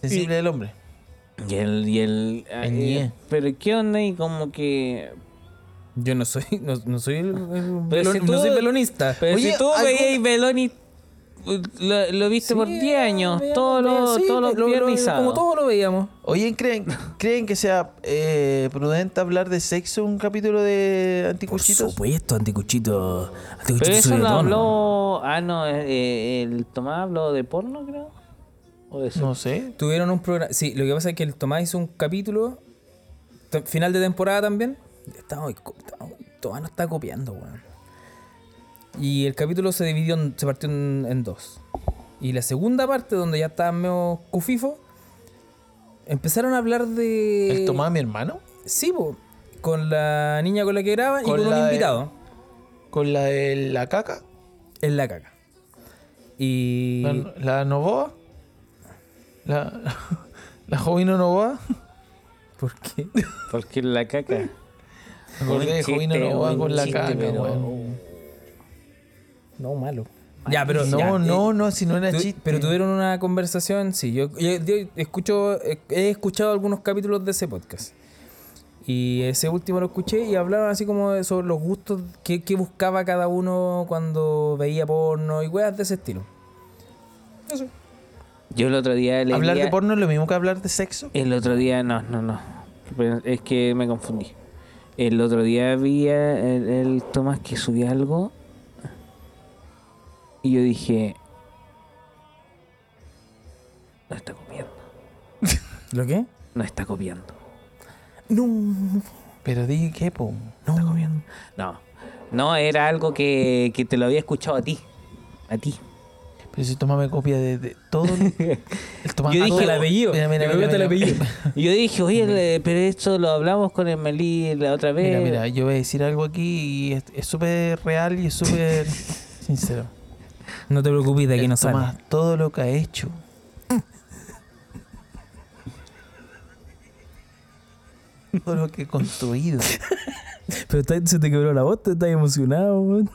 C: sensible del hombre.
D: Y el. Y el, ah,
C: El
D: eh,
C: ñe.
D: pero qué onda y como que.
B: Yo no soy. No, no soy.
C: Mm,
B: el- el
D: Pero
B: velo-
D: si
B: no
D: tú-
B: soy pelonista.
D: Pero
C: Oye,
D: si tú
C: alguna-
D: veías Beloni. Lo, lo viste por 10 años, todos los todos los viernes y
B: Como
D: sábados.
B: todos lo veíamos.
C: Oye, ¿creen, ¿creen que sea eh, prudente hablar de sexo en un capítulo de Anticuchitos?
B: supuesto, anticuchito. Anticuchito
D: Pero eso lo habló. Ah, no, eh, eh, el Tomás habló de porno, creo. O de eso.
C: No sé.
B: Tuvieron un programa. Sí, lo que pasa es que el Tomás hizo un capítulo. t- Final de temporada también. Estamos, co- estamos- Tomás nos está copiando, weón. Y el capítulo se dividió, en- se partió en, en dos. Y la segunda parte, donde ya estaban medio cufifo, empezaron a hablar de.
C: ¿El Tomás, mi hermano?
B: Sí, po, con la niña con la que graban y
C: Con
B: con un
C: la de-
B: invitado.
C: ¿Con la de la caca?
B: En la caca. Y.
C: ¿La, la Novoa? ¿La, la Jovino Novoa?
B: ¿Por qué?
D: Porque la caca.
C: Me acordé de
D: Buen
C: Jovino
D: chiste,
C: Novoa
D: buen
C: con la
D: chiste,
C: caca,
D: pero-
C: weón.
B: No, malo. Ya, pero.
C: No,
B: ya, eh,
C: no, no, si no era
B: Tu-
C: chiste.
B: Pero tuvieron una conversación, sí. Yo, yo- yo escucho, eh, he escuchado algunos capítulos de ese podcast. Y ese último lo escuché y hablaron así como de- sobre los gustos que, que buscaba cada uno cuando veía porno y weas de ese estilo.
D: Yo el otro día leía.
C: ¿Hablar de porno es lo mismo que hablar de sexo?
D: El otro día, no, no, no. Es que me confundí. El otro día vi a- el, el Tomás que subía algo. Y yo dije. No está copiando.
B: ¿Lo qué?
D: No está copiando.
B: No,
C: Pero di qué, po.
B: no.
D: No. No, era algo que, que te lo había escuchado a ti. A ti.
C: Pero si Tomás me copia de, de todo. El Tomás
D: Yo
C: ah,
D: dije-
C: todo-
D: El
B: apellido.
C: Mira, mira,
B: Yo
C: mira,
B: creo que te el
C: mira.
B: apellido.
D: Y yo dije, oye, le- pero esto lo hablamos con el Melí la otra vez.
C: Mira, mira,
B: Eh.
C: yo voy a decir algo aquí y es es súper real y es súper sincero.
B: No te preocupes, de aquí no sale.
C: Tomás, todo lo que ha hecho. Todo lo que he construido.
B: Pero está- se te quebró la voz, te estás emocionado, weón.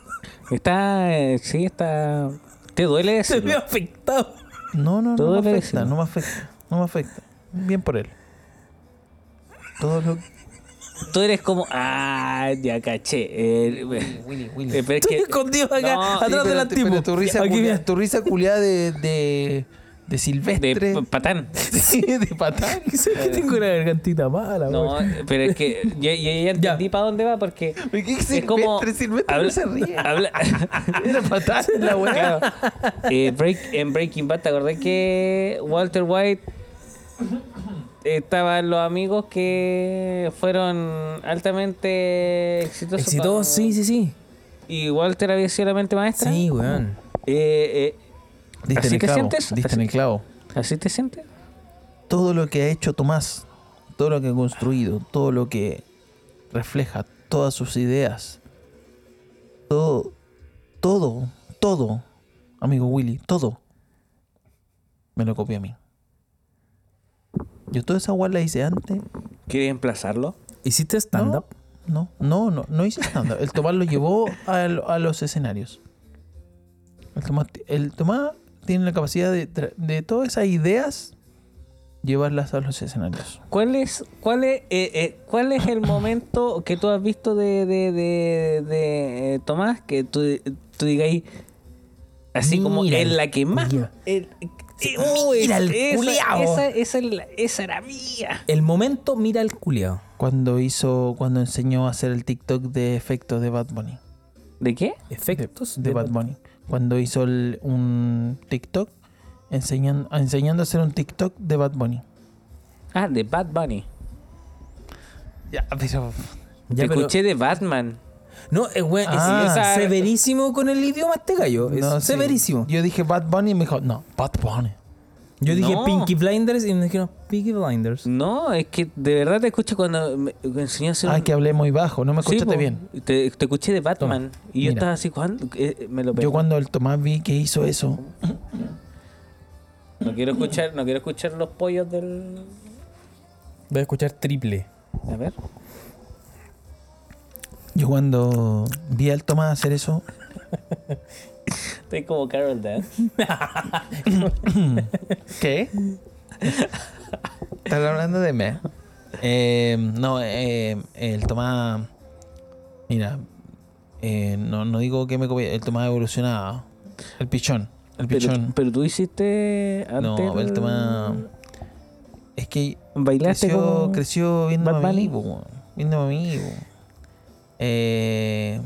D: Está, eh, sí, está... ¿Te duele
B: Te
D: decirlo?
B: veo afectado.
C: No, no,
D: Todo
C: no me
D: le
C: afecta,
D: decimos.
C: no me afecta, no me afecta. Bien por él. Todo lo
D: Tú eres como... Ah, ya caché. Eh,
C: Willy,
D: eh, pero es
B: Estoy
D: que-
B: escondido acá,
D: No, sí,
B: atrás
C: pero,
B: del antiguo.
C: pero tu risa
B: Aquí,
C: culiada,
B: mira.
C: tu risa culiada de, de, de
D: de
C: silvestre.
D: p- patán.
C: sí, de patán.
B: Sé que tengo una gargantita mala, weón.
D: No, pero es que yo, yo ya entendí para dónde va porque...
C: ¿Pero qué
D: Es como...
C: silvestre? Silvestre no
D: habla-
C: se ríe.
D: habla-
C: Era patán la weá.
D: Claro. Eh, Break- en Breaking Bad, ¿te acordás que Walter White estaban los amigos que fueron altamente exitosos?
B: Exitoso,
D: con-
B: sí, sí, sí.
D: Igual te la decía la mente maestra.
B: Sí, weón.
D: Eh, eh,
C: Diste
D: ¿Así
C: en el
D: te
C: clavo,
D: sientes?
C: Diste en
D: ¿Así?
C: el clavo.
D: ¿Así te sientes?
C: Todo lo que ha hecho Tomás, todo lo que ha construido, todo lo que refleja, todas sus ideas, todo, todo, todo, amigo Willy, todo, me lo copió a mí. Yo toda esa guay la hice antes
D: ¿Quieres emplazarlo?
B: ¿Hiciste stand-up?
C: No, no, no, no hice stand-up. El Tomás lo llevó a, lo- a los escenarios. El Tomás, ti- el Tomás tiene la capacidad de, tra- de todas esas ideas llevarlas a los escenarios.
D: ¿Cuál es, cuál es, eh, eh, cuál es el momento que tú has visto de, de, de, de, eh, Tomás que tú, tú digas ahí, así como
B: Mira
D: en
B: el
D: la que más...
B: culiao.
D: el- eh, uy,
B: Mira el
D: esa,
B: culiao.
D: esa, esa, es la- esa era mía.
B: El momento mira el culiao.
C: Cuando hizo, cuando enseñó a hacer el TikTok de efectos de Bad Bunny.
D: ¿De qué?
B: Efectos
C: De, Bad Bunny. Cuando hizo el- un TikTok enseñan- enseñando a hacer un TikTok de Bad Bunny.
D: Ah, de Bad Bunny.
C: Ya, pero
B: Ya,
D: Te
B: pero-
D: escuché de Batman.
B: No, eh, weón, es,
C: Ah.
B: es severísimo con el idioma este gallo. Es
C: no sé.
B: severísimo.
C: Yo dije Bad Bunny y me dijo, no, Bad Bunny.
B: Yo dije
D: No.
B: Pinky Blinders y me dijeron Pinky Blinders.
D: No, es que de verdad te escuché cuando me, me enseñó a hacer
C: Ay,
D: un-
C: que hablé muy bajo, no me
D: Sí,
C: escuchaste
D: po.
C: bien.
D: Te, te escuché de Batman. y yo
C: mira.
D: estaba así, ¿cuándo? Eh, me lo perdí.
C: Yo cuando el Tomás vi que hizo eso,
D: No quiero escuchar, no quiero escuchar los pollos del.
B: Voy a escuchar triple.
D: A ver.
C: yo cuando vi al Tomás hacer eso,
D: Estoy como Carol Dance.
C: ¿qué? Estás hablando de mí. Eh, no, eh, el Tomás, mira, eh, no, no digo que me copie, el Tomás evolucionaba. El pichón, el
D: Pero,
C: pichón.
D: pero tú hiciste antes.
C: no, el Tomás, es que
D: Bailaste
C: creció,
D: como.
C: creció viendo
D: Bad
C: a
D: Bunny.
C: mí, po, weón. viendo a mí, po. Eh,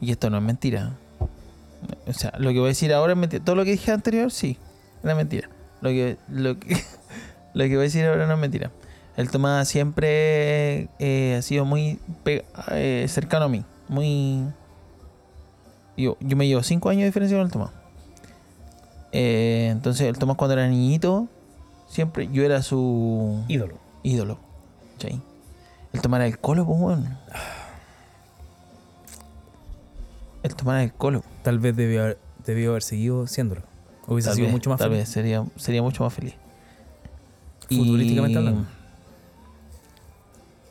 C: y esto no es mentira. O sea, lo que voy a decir ahora es mentira. Todo lo que dije anterior, sí, era mentira. Lo que, lo que, lo que voy a decir ahora no es mentira. El Tomás siempre eh, ha sido muy pe- eh, cercano a mí. Muy. Yo, yo me llevo 5 años de diferencia con el Tomás. Eh, entonces, el Tomás cuando era niñito, siempre yo era su
B: Ídolo.
C: ídolo. ¿cachai? El tomar el colo, pues, weón. El tomar el colo.
B: Tal vez debió haber, debió haber seguido siéndolo. Hubiese
C: Tal
B: sido
C: vez,
B: mucho más
C: tal
B: feliz.
C: vez sería, sería mucho más feliz.
B: Futbolísticamente hablando.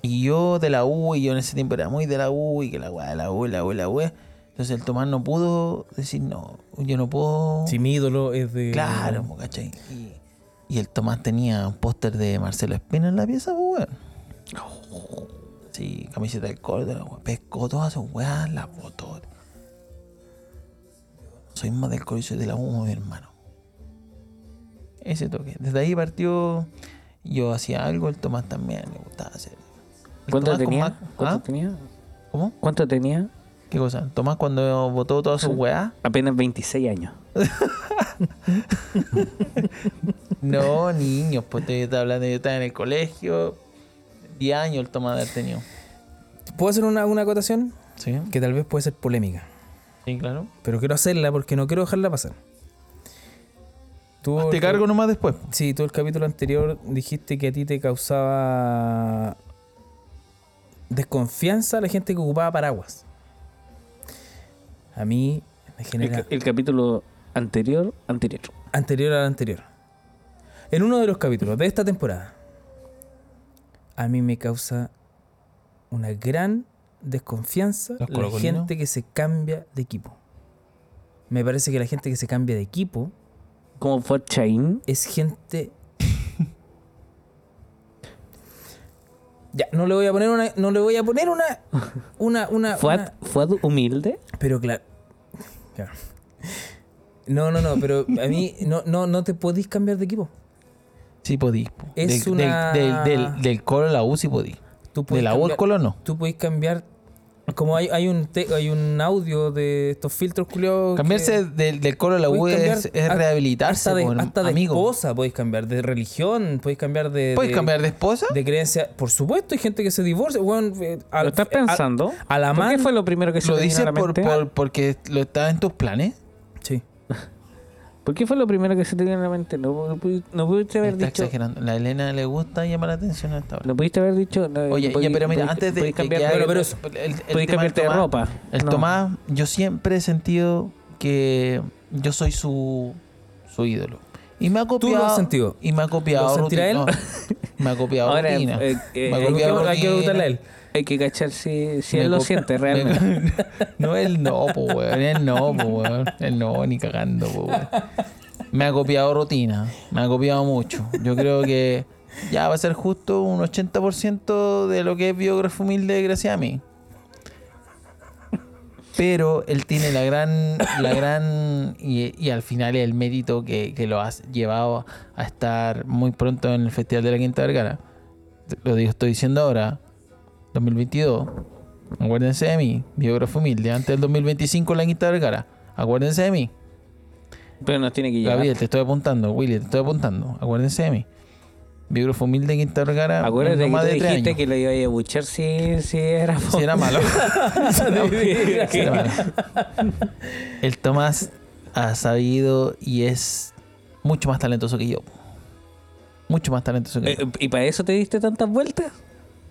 C: Y yo de la U, y yo en ese tiempo era muy de la U, y que la weá de la U, la U, la U. Entonces el Tomás no pudo decir, no, yo no puedo.
B: Si mi ídolo es de.
D: Eh,
C: Claro, po, ¿cachai? Y, y el Tomás tenía un póster de Marcelo Espina en la pieza, pues, weón. Sí, camiseta del Córdoba, weón. Pescó todas sus weas, las botó. Soy más del Córdoba y soy de la U, mi hermano. Ese toque. Desde ahí partió. Yo hacía algo, el Tomás también le gustaba hacer. El
D: ¿Cuánto
C: Tomás con
D: tenía?
C: más-
D: ¿Cuánto
C: ¿Ah?
D: tenía?
C: ¿Cómo?
D: ¿Cuánto tenía?
C: ¿Qué cosa? Tomás cuando botó todas sus weas.
D: Apenas 26 años.
C: No, niños, pues yo estaba hablando, yo estaba en el colegio, 10 años el toma de haber tenido.
B: ¿Puedo hacer una, una acotación?
C: Sí,
B: Que tal vez puede ser polémica.
C: sí, claro.
B: Pero quiero hacerla porque no quiero dejarla pasar. Tú,
C: Te cargo nomás después.
B: Sí, tú el capítulo anterior dijiste que a ti te causaba desconfianza la gente que ocupaba paraguas. A mí me
D: El,
B: genera
D: ca- el capítulo anterior, anterior.
B: anterior al anterior. En uno de los capítulos de esta temporada, a mí me causa una gran desconfianza
C: Los
B: la
C: colocolinos.
B: gente que se cambia de equipo. Me parece que la gente que se cambia de equipo
D: Como fue Chain.
B: es gente. ya, no le voy a poner una. No le voy a poner una. Una. una,
D: Fue,
B: Ah, una-
D: fue humilde.
B: pero claro. claro. No, no, no, pero a mí no, no, no te podís cambiar de equipo.
C: Sí podí. po.
B: Es
C: del,
B: una-
C: del, del, del- del colo a la U sí podí.
B: Tú
C: De
B: podés
C: la U al
B: cambiar-
C: colo no.
B: Tú podés cambiar Como hay, hay, un te- hay un audio de estos filtros culiados.
C: Cambiarse del, del colo a la U es, es rehabilitarse,
B: Hasta de,
C: po,
B: hasta de
C: amigo.
B: esposa podéis cambiar, de religión, podéis cambiar de.
C: ¿Puedes
B: de-
C: cambiar de esposa?
B: de creencia. Por supuesto, hay gente que se divorcia. weón, eh, al-
D: ¿Lo estás
B: a-
D: pensando?
B: A, la
D: ¿Por qué
B: mano.
D: fue lo primero que se
C: ¿Lo
D: te vino a
C: dices
D: la
C: por,
D: mente?
C: por- porque lo está en tus planes?
B: Sí.
D: ¿Por qué fue lo primero que se te vino a la mente? No, no pudi- no pudiste haber
C: Está
D: dicho...
C: exagerando. La Elena le gusta llamar la atención a esta hora.
D: No pudiste haber dicho... no,
C: Oye,
D: pudi-
C: ya, pero mira,
D: pudi-
C: antes de
D: pudi-
C: que
D: cambiar-
C: quede-
B: Bueno, pero eso,
C: el- el tema
D: podéis
C: del
D: cambiarte de
C: Tomás.
D: ropa.
C: El
D: No.
C: Tomás, yo siempre he sentido que yo soy su, su ídolo. Y me ha
B: lo
C: copiado.
B: has sentido?
C: Y me ha copiado.
B: ¿Lo sentirá
C: rutina-
B: él?
C: no, me ha copiado
D: Ahora,
C: rutina.
D: eh, eh,
C: me
D: eh,
C: ha
B: Hay
C: copiado
B: que, hay que
C: rutina.
B: preguntarle a él.
D: Hay que cachar si, si
C: Me
D: él lo
C: copia-
D: siente
C: me-
D: realmente.
C: no, él no, po, weón. Él no, po, weón. Él no, ni cagando, po, weón. Me ha copiado rutina. Me ha copiado mucho. Yo creo que ya va a ser justo un 80% de lo que es biógrafo humilde, gracias a mí. Pero él tiene la gran. La gran y, y al final el mérito que, que lo has llevado a estar muy pronto en el Festival de la Quinta Vergara. Lo digo, estoy diciendo ahora, 2022. Acuérdense de mí, biógrafo humilde. Antes del 2025 la Quinta Vergara. Acuérdense de mí.
D: Pero nos tiene que llegar.
C: Gabriel, te estoy apuntando. Willy, te estoy apuntando. Acuérdense de mí. Biógrafo humilde, Quinta Vergara.
D: Acuérdate
C: no
D: que
C: más
D: tú
C: de tres
D: dijiste
C: años.
D: que lo iba a buchar si, si era...
C: Si era malo. Sí, hermano. El Tomás ha sabido y es mucho más talentoso que yo. Mucho más talentoso que yo.
D: Eh, ¿Y para eso te diste tantas vueltas?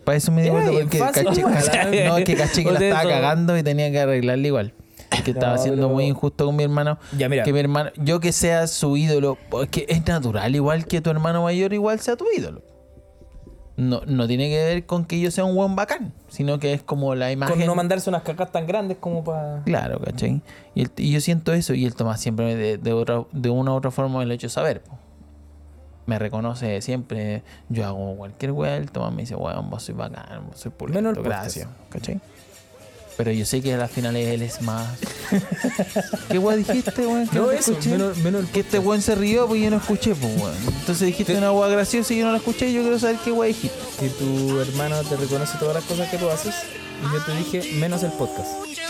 C: Para eso me dio vuelta
B: era bien
C: porque
B: fácil,
C: caché,
B: nomás.
C: caché- no, es que caché que
D: eh,
C: la
D: Por
C: estaba
D: eso.
C: cagando y tenía que arreglarla igual. Que estaba
B: No,
C: siendo
B: pero-
C: muy injusto con mi hermano.
B: Ya, mira.
C: Que mi hermano, yo que sea su ídolo, porque es natural, igual que tu hermano mayor, igual sea tu ídolo. No, no tiene que ver con que yo sea un buen bacán, sino que es como la imagen.
B: Con no mandarse unas cacas tan grandes como para.
C: Claro, ¿cachai? Y, el- y yo siento eso y el Tomás siempre me de, de otra, de una u otra forma me lo ha hecho saber. po. Me reconoce siempre, yo hago cualquier weá, el Tomás me dice, weón, vos soy bacán, vos soy pulento,
B: Menos el
C: gracias, ¿cachai? Pero yo sé que a las finales él es más... ¿Qué weá dijiste, weón? Que
B: No,
C: te
B: eso,
C: escuché?
B: menos- menos el
C: Que este weón se rió porque yo no escuché, pues weón. Entonces dijiste una weá graciosa y yo no la escuché y yo quiero saber qué weá dijiste.
B: Que tu hermano te reconoce todas las cosas que tú haces. Y yo te dije, menos el podcast.